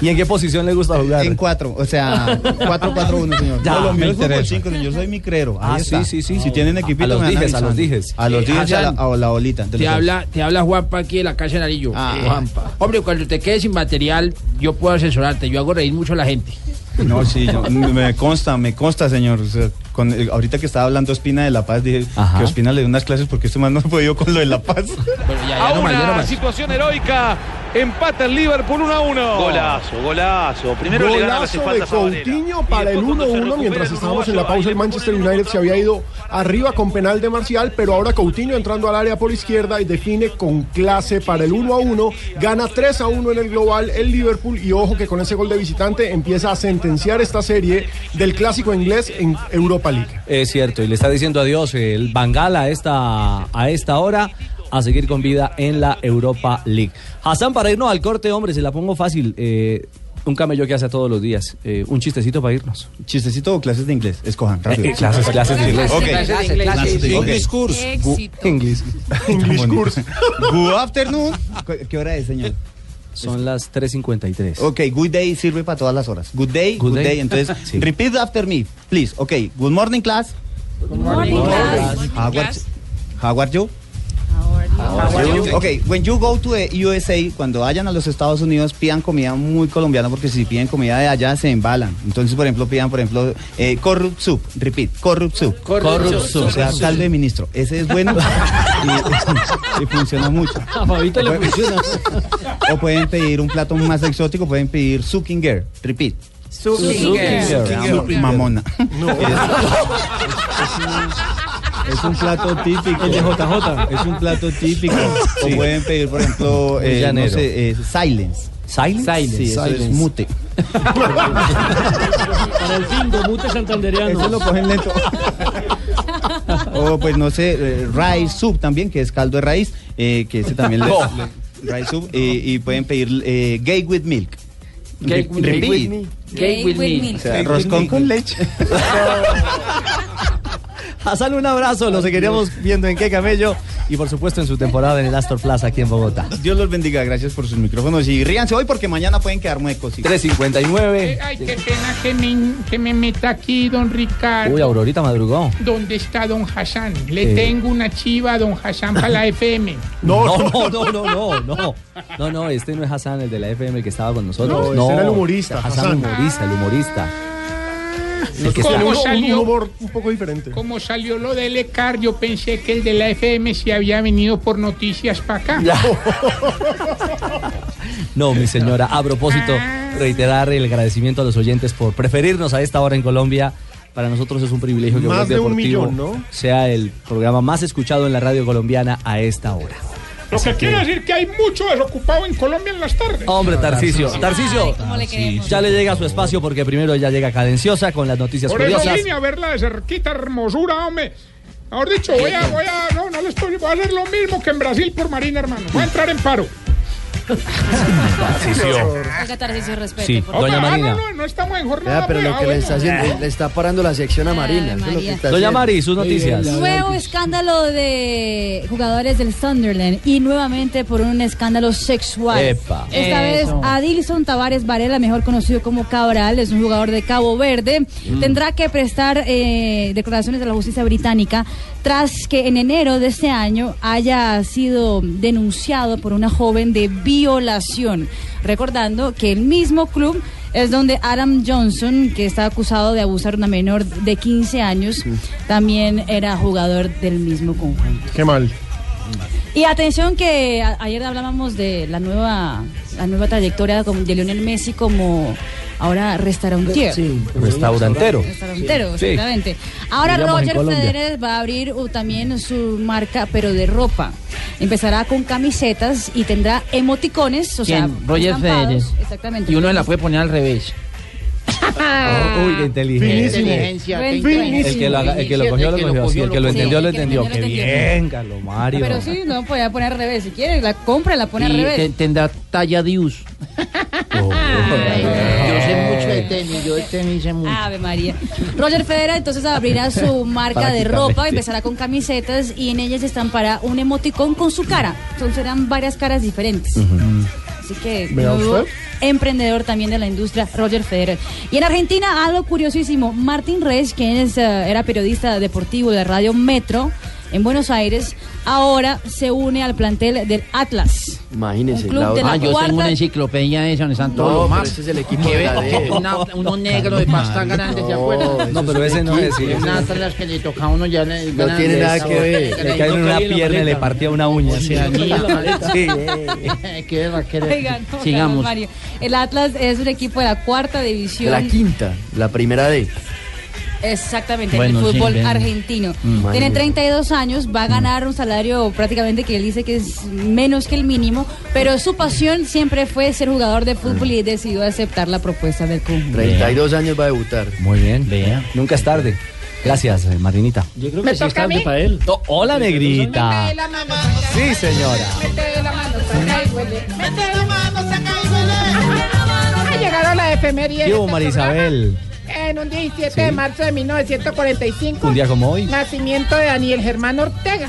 S1: ¿Y en qué posición le gusta jugar?
S7: En cuatro, o sea, 4-4-1, señor.
S1: Ya,
S7: Colombia,
S1: me
S7: el fútbol
S1: interesa.
S7: cinco, señor, yo soy micrero. Ahí
S1: Ah,
S7: está.
S1: sí, sí, sí.
S7: Si tienen equipito,
S1: A los
S7: me van
S1: dijes, a los
S7: avisando.
S1: dijes.
S7: A los
S1: Sí,
S7: dijes y a la,
S1: Hassan.
S7: a la bolita. de
S10: Te
S7: los dos.
S10: habla, te habla Juanpa aquí de la Casa de Narillo.
S7: Ah,
S10: Eh,
S7: Juanpa.
S10: Hombre, cuando te quedes sin material, yo puedo asesorarte. Yo hago reír mucho a la gente.
S7: No, sí, yo- me consta, me consta, señor. O sea, con- eh, ahorita que estaba hablando Ospina de La Paz, dije que Ospina le dio unas clases porque este man no ha podido con lo de La Paz.
S19: a una situación heroica. Empata el Liverpool 1 a 1.
S16: Golazo, golazo. Primero le ganan las
S4: Golazo de
S16: espaldas a Varela.
S4: Coutinho para el 1-1 mientras estábamos en la pausa el Manchester United se había ido arriba con penal de Marcial pero ahora Coutinho entrando al área por izquierda y define con clase para el 1-1 gana 3-1 en el global el Liverpool y ojo que con ese gol de visitante empieza a sentenciar esta serie del clásico inglés en Europa League
S1: Es cierto, y le está diciendo adiós el Bangala a esta, a esta hora a seguir con vida en la Europa League. Hassan, para irnos al corte, hombre, se la pongo fácil. eh, un camello que hace todos los días. eh, un chistecito para irnos.
S7: ¿Chistecito o clases de inglés? Escojan, rápido.
S1: Eh, eh, clases, clases de inglés.
S7: Ok.
S1: Clases de inglés.
S7: Clases de inglés.
S1: English course. Éxito. English.
S7: [laughs] English course. Good afternoon. ¿Qué hora es, señor?
S1: Son las
S7: Eh,
S1: 3.53.
S7: Ok, good day sirve para todas las horas. Good day, good,
S1: Good
S7: day.
S1: day.
S7: Entonces,
S1: Sí.
S7: repeat after me, please. Ok, good morning, class. Good
S3: morning, class.
S7: How are,
S3: class.
S7: how are you? How are you? Ok, when you go to the USA, cuando vayan a los Estados Unidos, pidan comida muy colombiana, porque si piden comida de allá, se embalan. Entonces, por ejemplo, pidan, por ejemplo, eh, corrupt soup. Repeat, corrupt soup.
S1: Corrupt Corrupt soup.
S7: O sea,
S1: soup.
S7: caldo de ministro. Ese es bueno y, [laughs] y funciona mucho.
S2: A Fabito le
S7: [laughs]
S2: funciona.
S7: O pueden pedir un plato más exótico, pueden pedir sukinger. Repeat. Zuckinger. Zuckinger. Mamona. Es un plato típico.
S2: El de JJ.
S7: Es un plato típico. O
S2: Sí.
S7: pueden pedir, por ejemplo,
S2: Muy
S7: eh, no
S2: llanero.
S7: sé, eh, silence.
S1: Silence.
S7: Silence. Sí, eso
S2: Silence.
S7: es mute.
S2: Para el fin, mute santandereano.
S7: Eso lo cogen lento. O pues no sé, eh, rice soup también, que es caldo de raíz, eh, que ese también le,
S2: No.
S7: le- rice soup eh, y pueden pedir eh, gay with milk.
S2: Gay with-
S7: Repeat.
S2: gay with milk. Gay with milk.
S7: O sea,
S2: Gay with
S7: roscón
S2: milk.
S7: con leche.
S1: Hazle un abrazo, los seguiremos viendo en qué camello y por supuesto en su temporada en el Astor Plaza aquí en Bogotá.
S7: Dios los bendiga, gracias por sus micrófonos y ríanse hoy porque mañana pueden quedar muecos.
S1: 3.59.
S10: Eh, Ay, qué pena que me, que me meta aquí, don Ricardo.
S1: Uy, Aurorita madrugó.
S10: ¿Dónde está don Hassan? Le
S1: Eh.
S10: tengo una chiva a don Hassan
S1: [laughs]
S10: para la FM.
S1: No, no, no, no, no, no. No, no, este no es Hassan, el de la FM, el que estaba con nosotros.
S10: No, ese era el humorista,
S1: Hassan,
S10: Hassan.
S1: humorista, el humorista. El que este
S10: ¿Cómo
S1: está-
S10: salió?
S4: Un poco diferente.
S10: Como salió lo del E ECAR, yo pensé que el de la FM se había venido por noticias para acá. [laughs]
S1: No, mi señora, a propósito, reiterar el agradecimiento a los oyentes por preferirnos a esta hora en Colombia. Para nosotros es un privilegio que
S4: Más
S1: Blog
S4: de un
S1: Deportivo
S4: millón, ¿no?
S1: sea el programa más escuchado en la radio colombiana a esta hora.
S10: Lo que quiere decir que hay mucho desocupado en Colombia en las tardes.
S1: Hombre, Tarcicio, Tarcicio, ya le llega su espacio porque primero ya llega cadenciosa con las noticias
S10: Por eso
S1: curiosas.
S10: vine a verla de cerquita, hermosura, hombre. Ahora dicho, voy a, voy a, no, no les estoy, voy a hacer lo mismo que en Brasil por Marina, hermano. Voy a entrar en paro.
S13: Oiga, Tarcisio, respete,
S9: Sí,
S13: por favor.
S9: doña
S10: Ah,
S9: Marina.
S10: no, no, no estamos en jornada.
S9: Ya, pero
S10: pues.
S9: lo
S10: Ah,
S9: que le
S10: bueno.
S9: está haciendo, le está parando la sección a Marina. eso es lo que
S13: Ah, María.
S9: está
S1: Doña
S9: haciendo.
S1: Mari, sus noticias.
S13: Nuevo escándalo de jugadores del Sunderland y nuevamente por un escándalo sexual.
S1: Epa.
S13: Esta
S1: Eso.
S13: vez Adilson Tavares Varela, mejor conocido como Cabral, es un jugador de Cabo Verde,
S27: Mm.
S13: tendrá que prestar eh, declaraciones a la justicia británica tras que en enero de este año haya sido denunciado por una joven de violación, recordando que el mismo club es donde Adam Johnson, que está acusado de abusar de una menor de 15 años,
S4: Mm.
S13: también era jugador del mismo conjunto.
S4: Qué mal.
S13: Y atención que a- ayer hablábamos de la nueva la nueva trayectoria como- de Lionel Messi como ahora restaurantero.
S1: Sí. Restaurantero.
S13: Restaurantero,
S1: Sí.
S13: exactamente. Ahora
S1: Digamos en
S13: Roger
S1: Colombia.
S13: Federer va a abrir uh, también su marca, pero de ropa. Empezará con camisetas y tendrá emoticones, o sea,
S23: ¿Quién? Roger
S13: estampados.
S23: Federer.
S13: Exactamente. [laughs]
S23: Y uno la puede poner al revés.
S1: Ah,
S13: Ah,
S1: Uy, qué inteligente.
S23: Finísimo.
S13: Buen
S1: El que lo, haga- el que lo cogió, lo cogió. sí, el que lo
S13: Sí,
S1: entendió, lo
S13: el que
S1: entendió. Qué
S13: entendió, lo
S1: bien, Carlos Mario.
S13: Pero sí, no podía poner al revés. Si quiere, la compra, la pone al
S23: Y
S13: revés.
S23: te- tendrá talla Dius. Yo sé mucho de
S13: tenis, yo de tenis sé mucho. Ave María. Roger Federer entonces abrirá su marca de ropa,
S23: Prácticamente.
S13: empezará con camisetas y en ellas estampará un emoticón con su cara. Entonces serán varias caras diferentes. Así que
S3: Vea
S13: nuevo
S3: usted.
S13: emprendedor también de la industria, Roger Federer. Y en Argentina, algo curiosísimo, Martín Reyes, quien es, eh, era periodista deportivo de Radio Metro en Buenos Aires, ahora se une al plantel del Atlas.
S23: Imagínese.
S13: Un club la de la
S23: ah, yo
S13: cuarta-
S23: tengo una enciclopedia de eso, donde están todos
S9: No,
S23: los
S9: pero
S23: más.
S9: ese es el equipo
S23: Que
S9: de la
S23: ve-
S9: D.
S23: que una- uno negro de pasta grande, ¿se acuerdan?
S1: No, pero ese no es, sí, ese
S23: Una
S1: es.
S23: atlas que le toca a uno ya le
S1: No
S23: ganan
S1: tiene
S23: de
S1: nada
S23: esa
S1: que
S23: boca,
S1: ver.
S23: que
S1: Le
S23: ahí
S1: cae
S23: no
S1: en
S23: [laughs]
S1: una
S23: cabe la
S1: pierna y le
S23: maleta.
S1: partía una uña.
S23: Sí, anilla.
S1: Sí.
S23: Qué va, qué va.
S13: Oiga, no, Carlos
S23: Sigamos.
S13: Mario. El Atlas es un equipo de la cuarta división.
S9: La quinta, la primera D.
S13: Exactamente,
S9: Bueno,
S13: en el
S9: sí,
S13: fútbol
S9: ven.
S13: argentino.
S9: Mm,
S13: Tiene
S9: madre.
S13: 32 años, va a ganar un salario prácticamente que él dice que es menos que el mínimo, pero su pasión siempre fue ser jugador de fútbol y decidió aceptar la propuesta del conjunto.
S9: 32 años va a debutar.
S1: Muy bien. Nunca es tarde. Gracias, eh, Marinita.
S2: Yo creo
S1: Me
S2: que sí es
S1: toca a
S2: tarde
S1: mí.
S2: para él.
S1: No, hola, negrita. Sí, señora.
S17: Mete la mano, saca y huele. Mete la mano, saca y huele. Ha llegado la efemería.
S1: ¿Qué
S10: este
S1: hubo, María Isabel?
S17: En un 17
S1: Sí.
S17: de marzo de 1945.
S1: Un día como hoy.
S17: Nacimiento de Daniel Germán Ortega.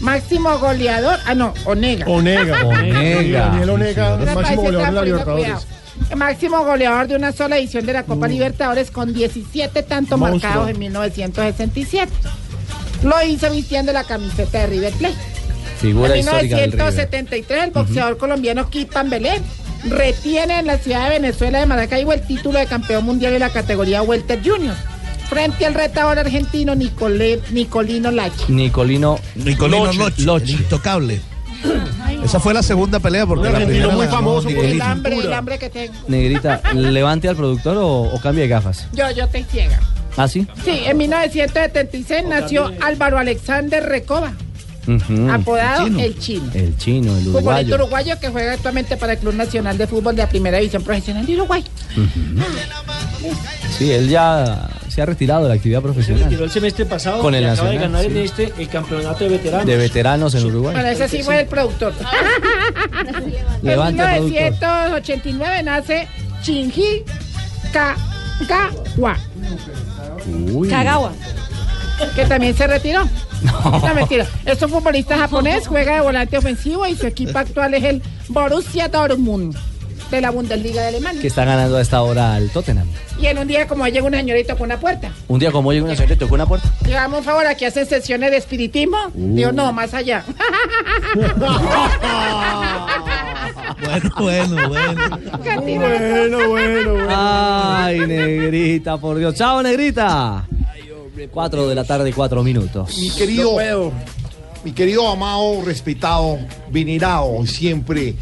S17: Máximo goleador. Ah, no, [laughs] Onega.
S4: Onega.
S1: Onega.
S4: Daniel Onega,
S17: Ese país
S4: máximo
S17: está
S4: goleador de la
S17: poniendo
S4: Libertadores.
S17: cuidado. Máximo goleador de una sola edición de la Copa Libertadores con 17 tantos
S4: Monstruo.
S17: marcados en 1967. Lo hizo vistiendo la camiseta de River Plate.
S1: Figura
S17: en
S1: histórica del River.
S17: 1973, el boxeador colombiano Kipan Belén retiene en la ciudad de Venezuela de Maracaibo el título de campeón mundial de la categoría Welter Junior frente al retador argentino Nicole- Nicolino Lachi.
S1: Nicolino. Nicolino Loche.
S11: El intocable. Esa fue la segunda pelea porque la primera la ganó
S17: El
S11: Miguelito.
S17: hambre, el hambre que tengo. [laughs]
S1: Negrita, ¿levante al productor o, o cambie de gafas?
S17: Yo, yo te ciega.
S1: ¿Ah, sí?
S17: Sí, en 1976 nació Álvaro Alexander Recoba,
S1: Ujú.
S17: apodado El Chino.
S1: El chino, el
S17: Futbolista
S1: Mm, uruguayo.
S17: uruguayo que juega actualmente para el Club Nacional de Fútbol de la Primera División Profesional de Uruguay.
S1: Sí, él ya se ha retirado de la actividad profesional.
S2: Retiró el semestre pasado
S1: Con el
S2: y acaba de
S1: Nacional,
S2: ganar en
S1: sí.
S2: este el campeonato de veteranos.
S1: De veteranos en Uruguay.
S17: Bueno, ese sí fue el productor. en
S1: Levante, productor.
S17: 1989 nace Chinji Kagawa,
S1: Uy.
S5: [laughs]
S17: Kagawa, que también
S1: [laughs]
S17: se retiró. No. mentira. Es un futbolista japonés, juega de volante ofensivo y su equipo actual es el Borussia Dortmund de la Bundesliga de Alemania.
S1: Que está ganando a esta hora al Tottenham.
S17: Y en un día como hoy llega una señorita con una puerta.
S1: Un día como hoy, una señora le tocó una puerta.
S17: Llegamos un favor, aquí hacen sesiones de espiritismo.
S1: Uh.
S17: Digo, no,
S1: [laughs]
S17: más allá.
S11: Bueno, bueno, bueno.
S17: Bueno,
S28: bueno,
S17: bueno.
S1: Ay, negrita, por Dios. Chao, negrita. Cuatro de la tarde, cuatro minutos.
S4: Mi querido, mi querido amado, respetado, venerado, siempre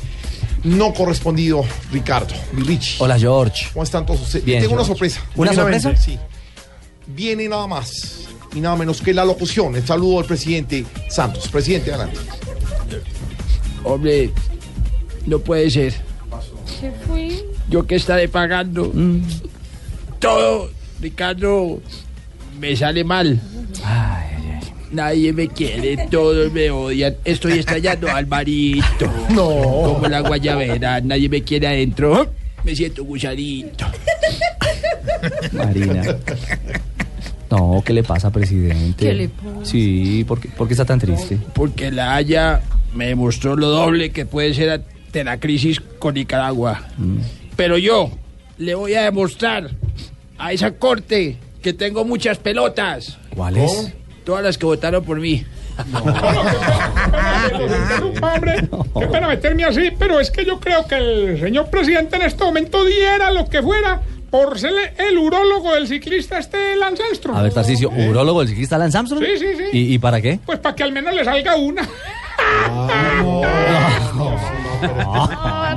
S4: no correspondido, Ricardo, mi Richie.
S1: Hola, George.
S4: ¿Cómo están todos ustedes?
S1: Bien,
S4: Tengo una
S1: George.
S4: sorpresa.
S1: ¿Una
S4: Primeramente,
S1: sorpresa?
S4: Sí. Viene nada más y nada menos que la locución, el saludo del presidente Santos. Presidente, adelante.
S10: Hombre, no puede ser. Yo que estaré pagando. mm. Todo, Ricardo, me sale mal. Nadie me quiere, todos me odian. Estoy estallando, Alvarito. No. Como la guayabera, nadie me quiere adentro. Me siento gusanito.
S1: Marina. No, ¿qué le pasa, presidente?
S10: ¿Qué le
S1: pasa? Sí, ¿por qué, por qué está tan triste?
S10: Porque la Haya me demostró lo doble que puede ser ante la crisis con Nicaragua.
S1: Mm.
S10: Pero yo le voy a demostrar a esa corte que tengo muchas pelotas.
S1: ¿Cuáles?
S10: ¿Cómo? Todas las que votaron por mí.
S15: Hombre, qué pena meterme así, pero es que yo creo que el señor presidente en este momento diera lo que fuera por ser el urólogo del ciclista este Lance Armstrong.
S1: A ver, Tarcicio, ¿urólogo el ciclista Lance Armstrong?
S15: Sí, sí, sí.
S1: ¿Y, y para qué?
S15: Pues para que al menos le salga una.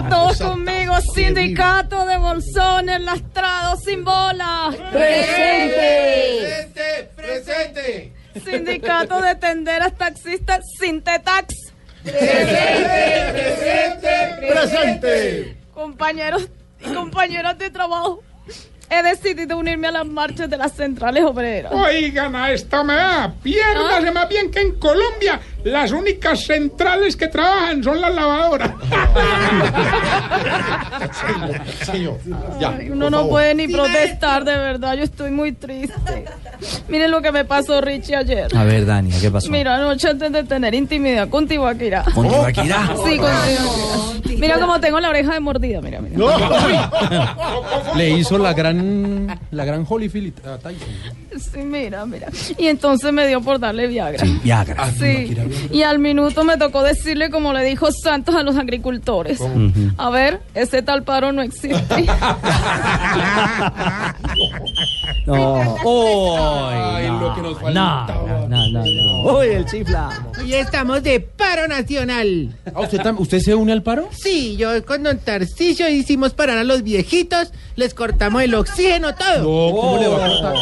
S27: Todos conmigo, sindicato de bolsones lastrados sin bolas.
S4: ¡Presente! ¡Presente!
S27: Sindicato de tenderas taxistas sin tetax.
S4: ¡Presente!
S27: Compañeros y compañeras de trabajo, he decidido unirme a las marchas de las centrales obreras.
S15: Oigan a esta me da. Piérdase más bien que en Colombia las únicas centrales que trabajan son las lavadoras.
S4: [laughs] Señor, ya.
S27: Ay,
S4: por
S27: Uno no
S4: favor.
S27: puede ni protestar, de verdad, yo estoy muy triste. Miren lo que me pasó Richie ayer.
S1: A ver, Dania, ¿qué pasó?
S27: Mira, anoche antes de tener intimidad con Tibaquirá.
S1: ¿Con Tibaquirá?
S27: [laughs] Sí, con Tibaquirá. Mira cómo tengo la oreja de mordida, mira, mira.
S1: [laughs]
S25: Le hizo la gran, la gran Holyfield a Tyson.
S27: Sí, mira, mira. Y entonces me dio por darle Viagra. Ah,
S25: Viagra.
S1: Ah,
S27: Sí. Y al minuto me tocó decirle como le dijo Santos a los agricultores.
S25: ¿Cómo? Ujú.
S27: A ver, ese tal paro
S1: [laughs]
S27: no existe.
S1: No. Ay,
S25: no,
S1: lo que nos No, no, no, no. Uy, el chifla.
S29: Y estamos de paro nacional.
S25: Ah, ¿Usted, tam- ¿Usted se une al paro?
S29: Sí, yo con Don Tarcillo hicimos parar a los viejitos, les cortamos el oxígeno, todo.
S25: No,
S4: Oh.
S25: ¿cómo le va a cortar?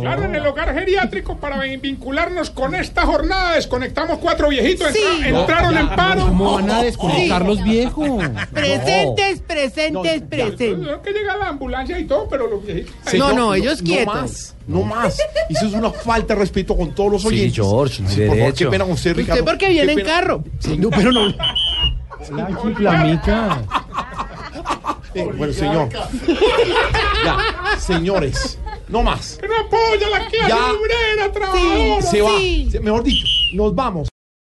S15: Claro, en el hogar geriátrico para vincularnos con esta jornada desconectamos cuatro viejitos. entra- entraron en paro.
S25: ¿Cómo van a desconectar los viejos?
S29: Presentes, presentes, presentes.
S15: Creo que llega la ambulancia y todo, pero los viejitos.
S29: No, no, ellos quietos. [laughs]
S4: No más, no más. Y eso es una falta de respeto con todos los
S1: Sí,
S4: oyentes.
S1: George, no hay
S4: por favor,
S1: derecho.
S4: qué pena con usted,
S1: ¿Usted
S4: Ricardo.
S1: por qué viene en
S4: carro? Sí, no, pero no. Eh, bueno, señor. Ya, señores, no más.
S15: Que no apoya la clase
S4: Ya.
S15: obrera, trabajadora.
S4: Se va. Se- Mejor dicho, nos vamos.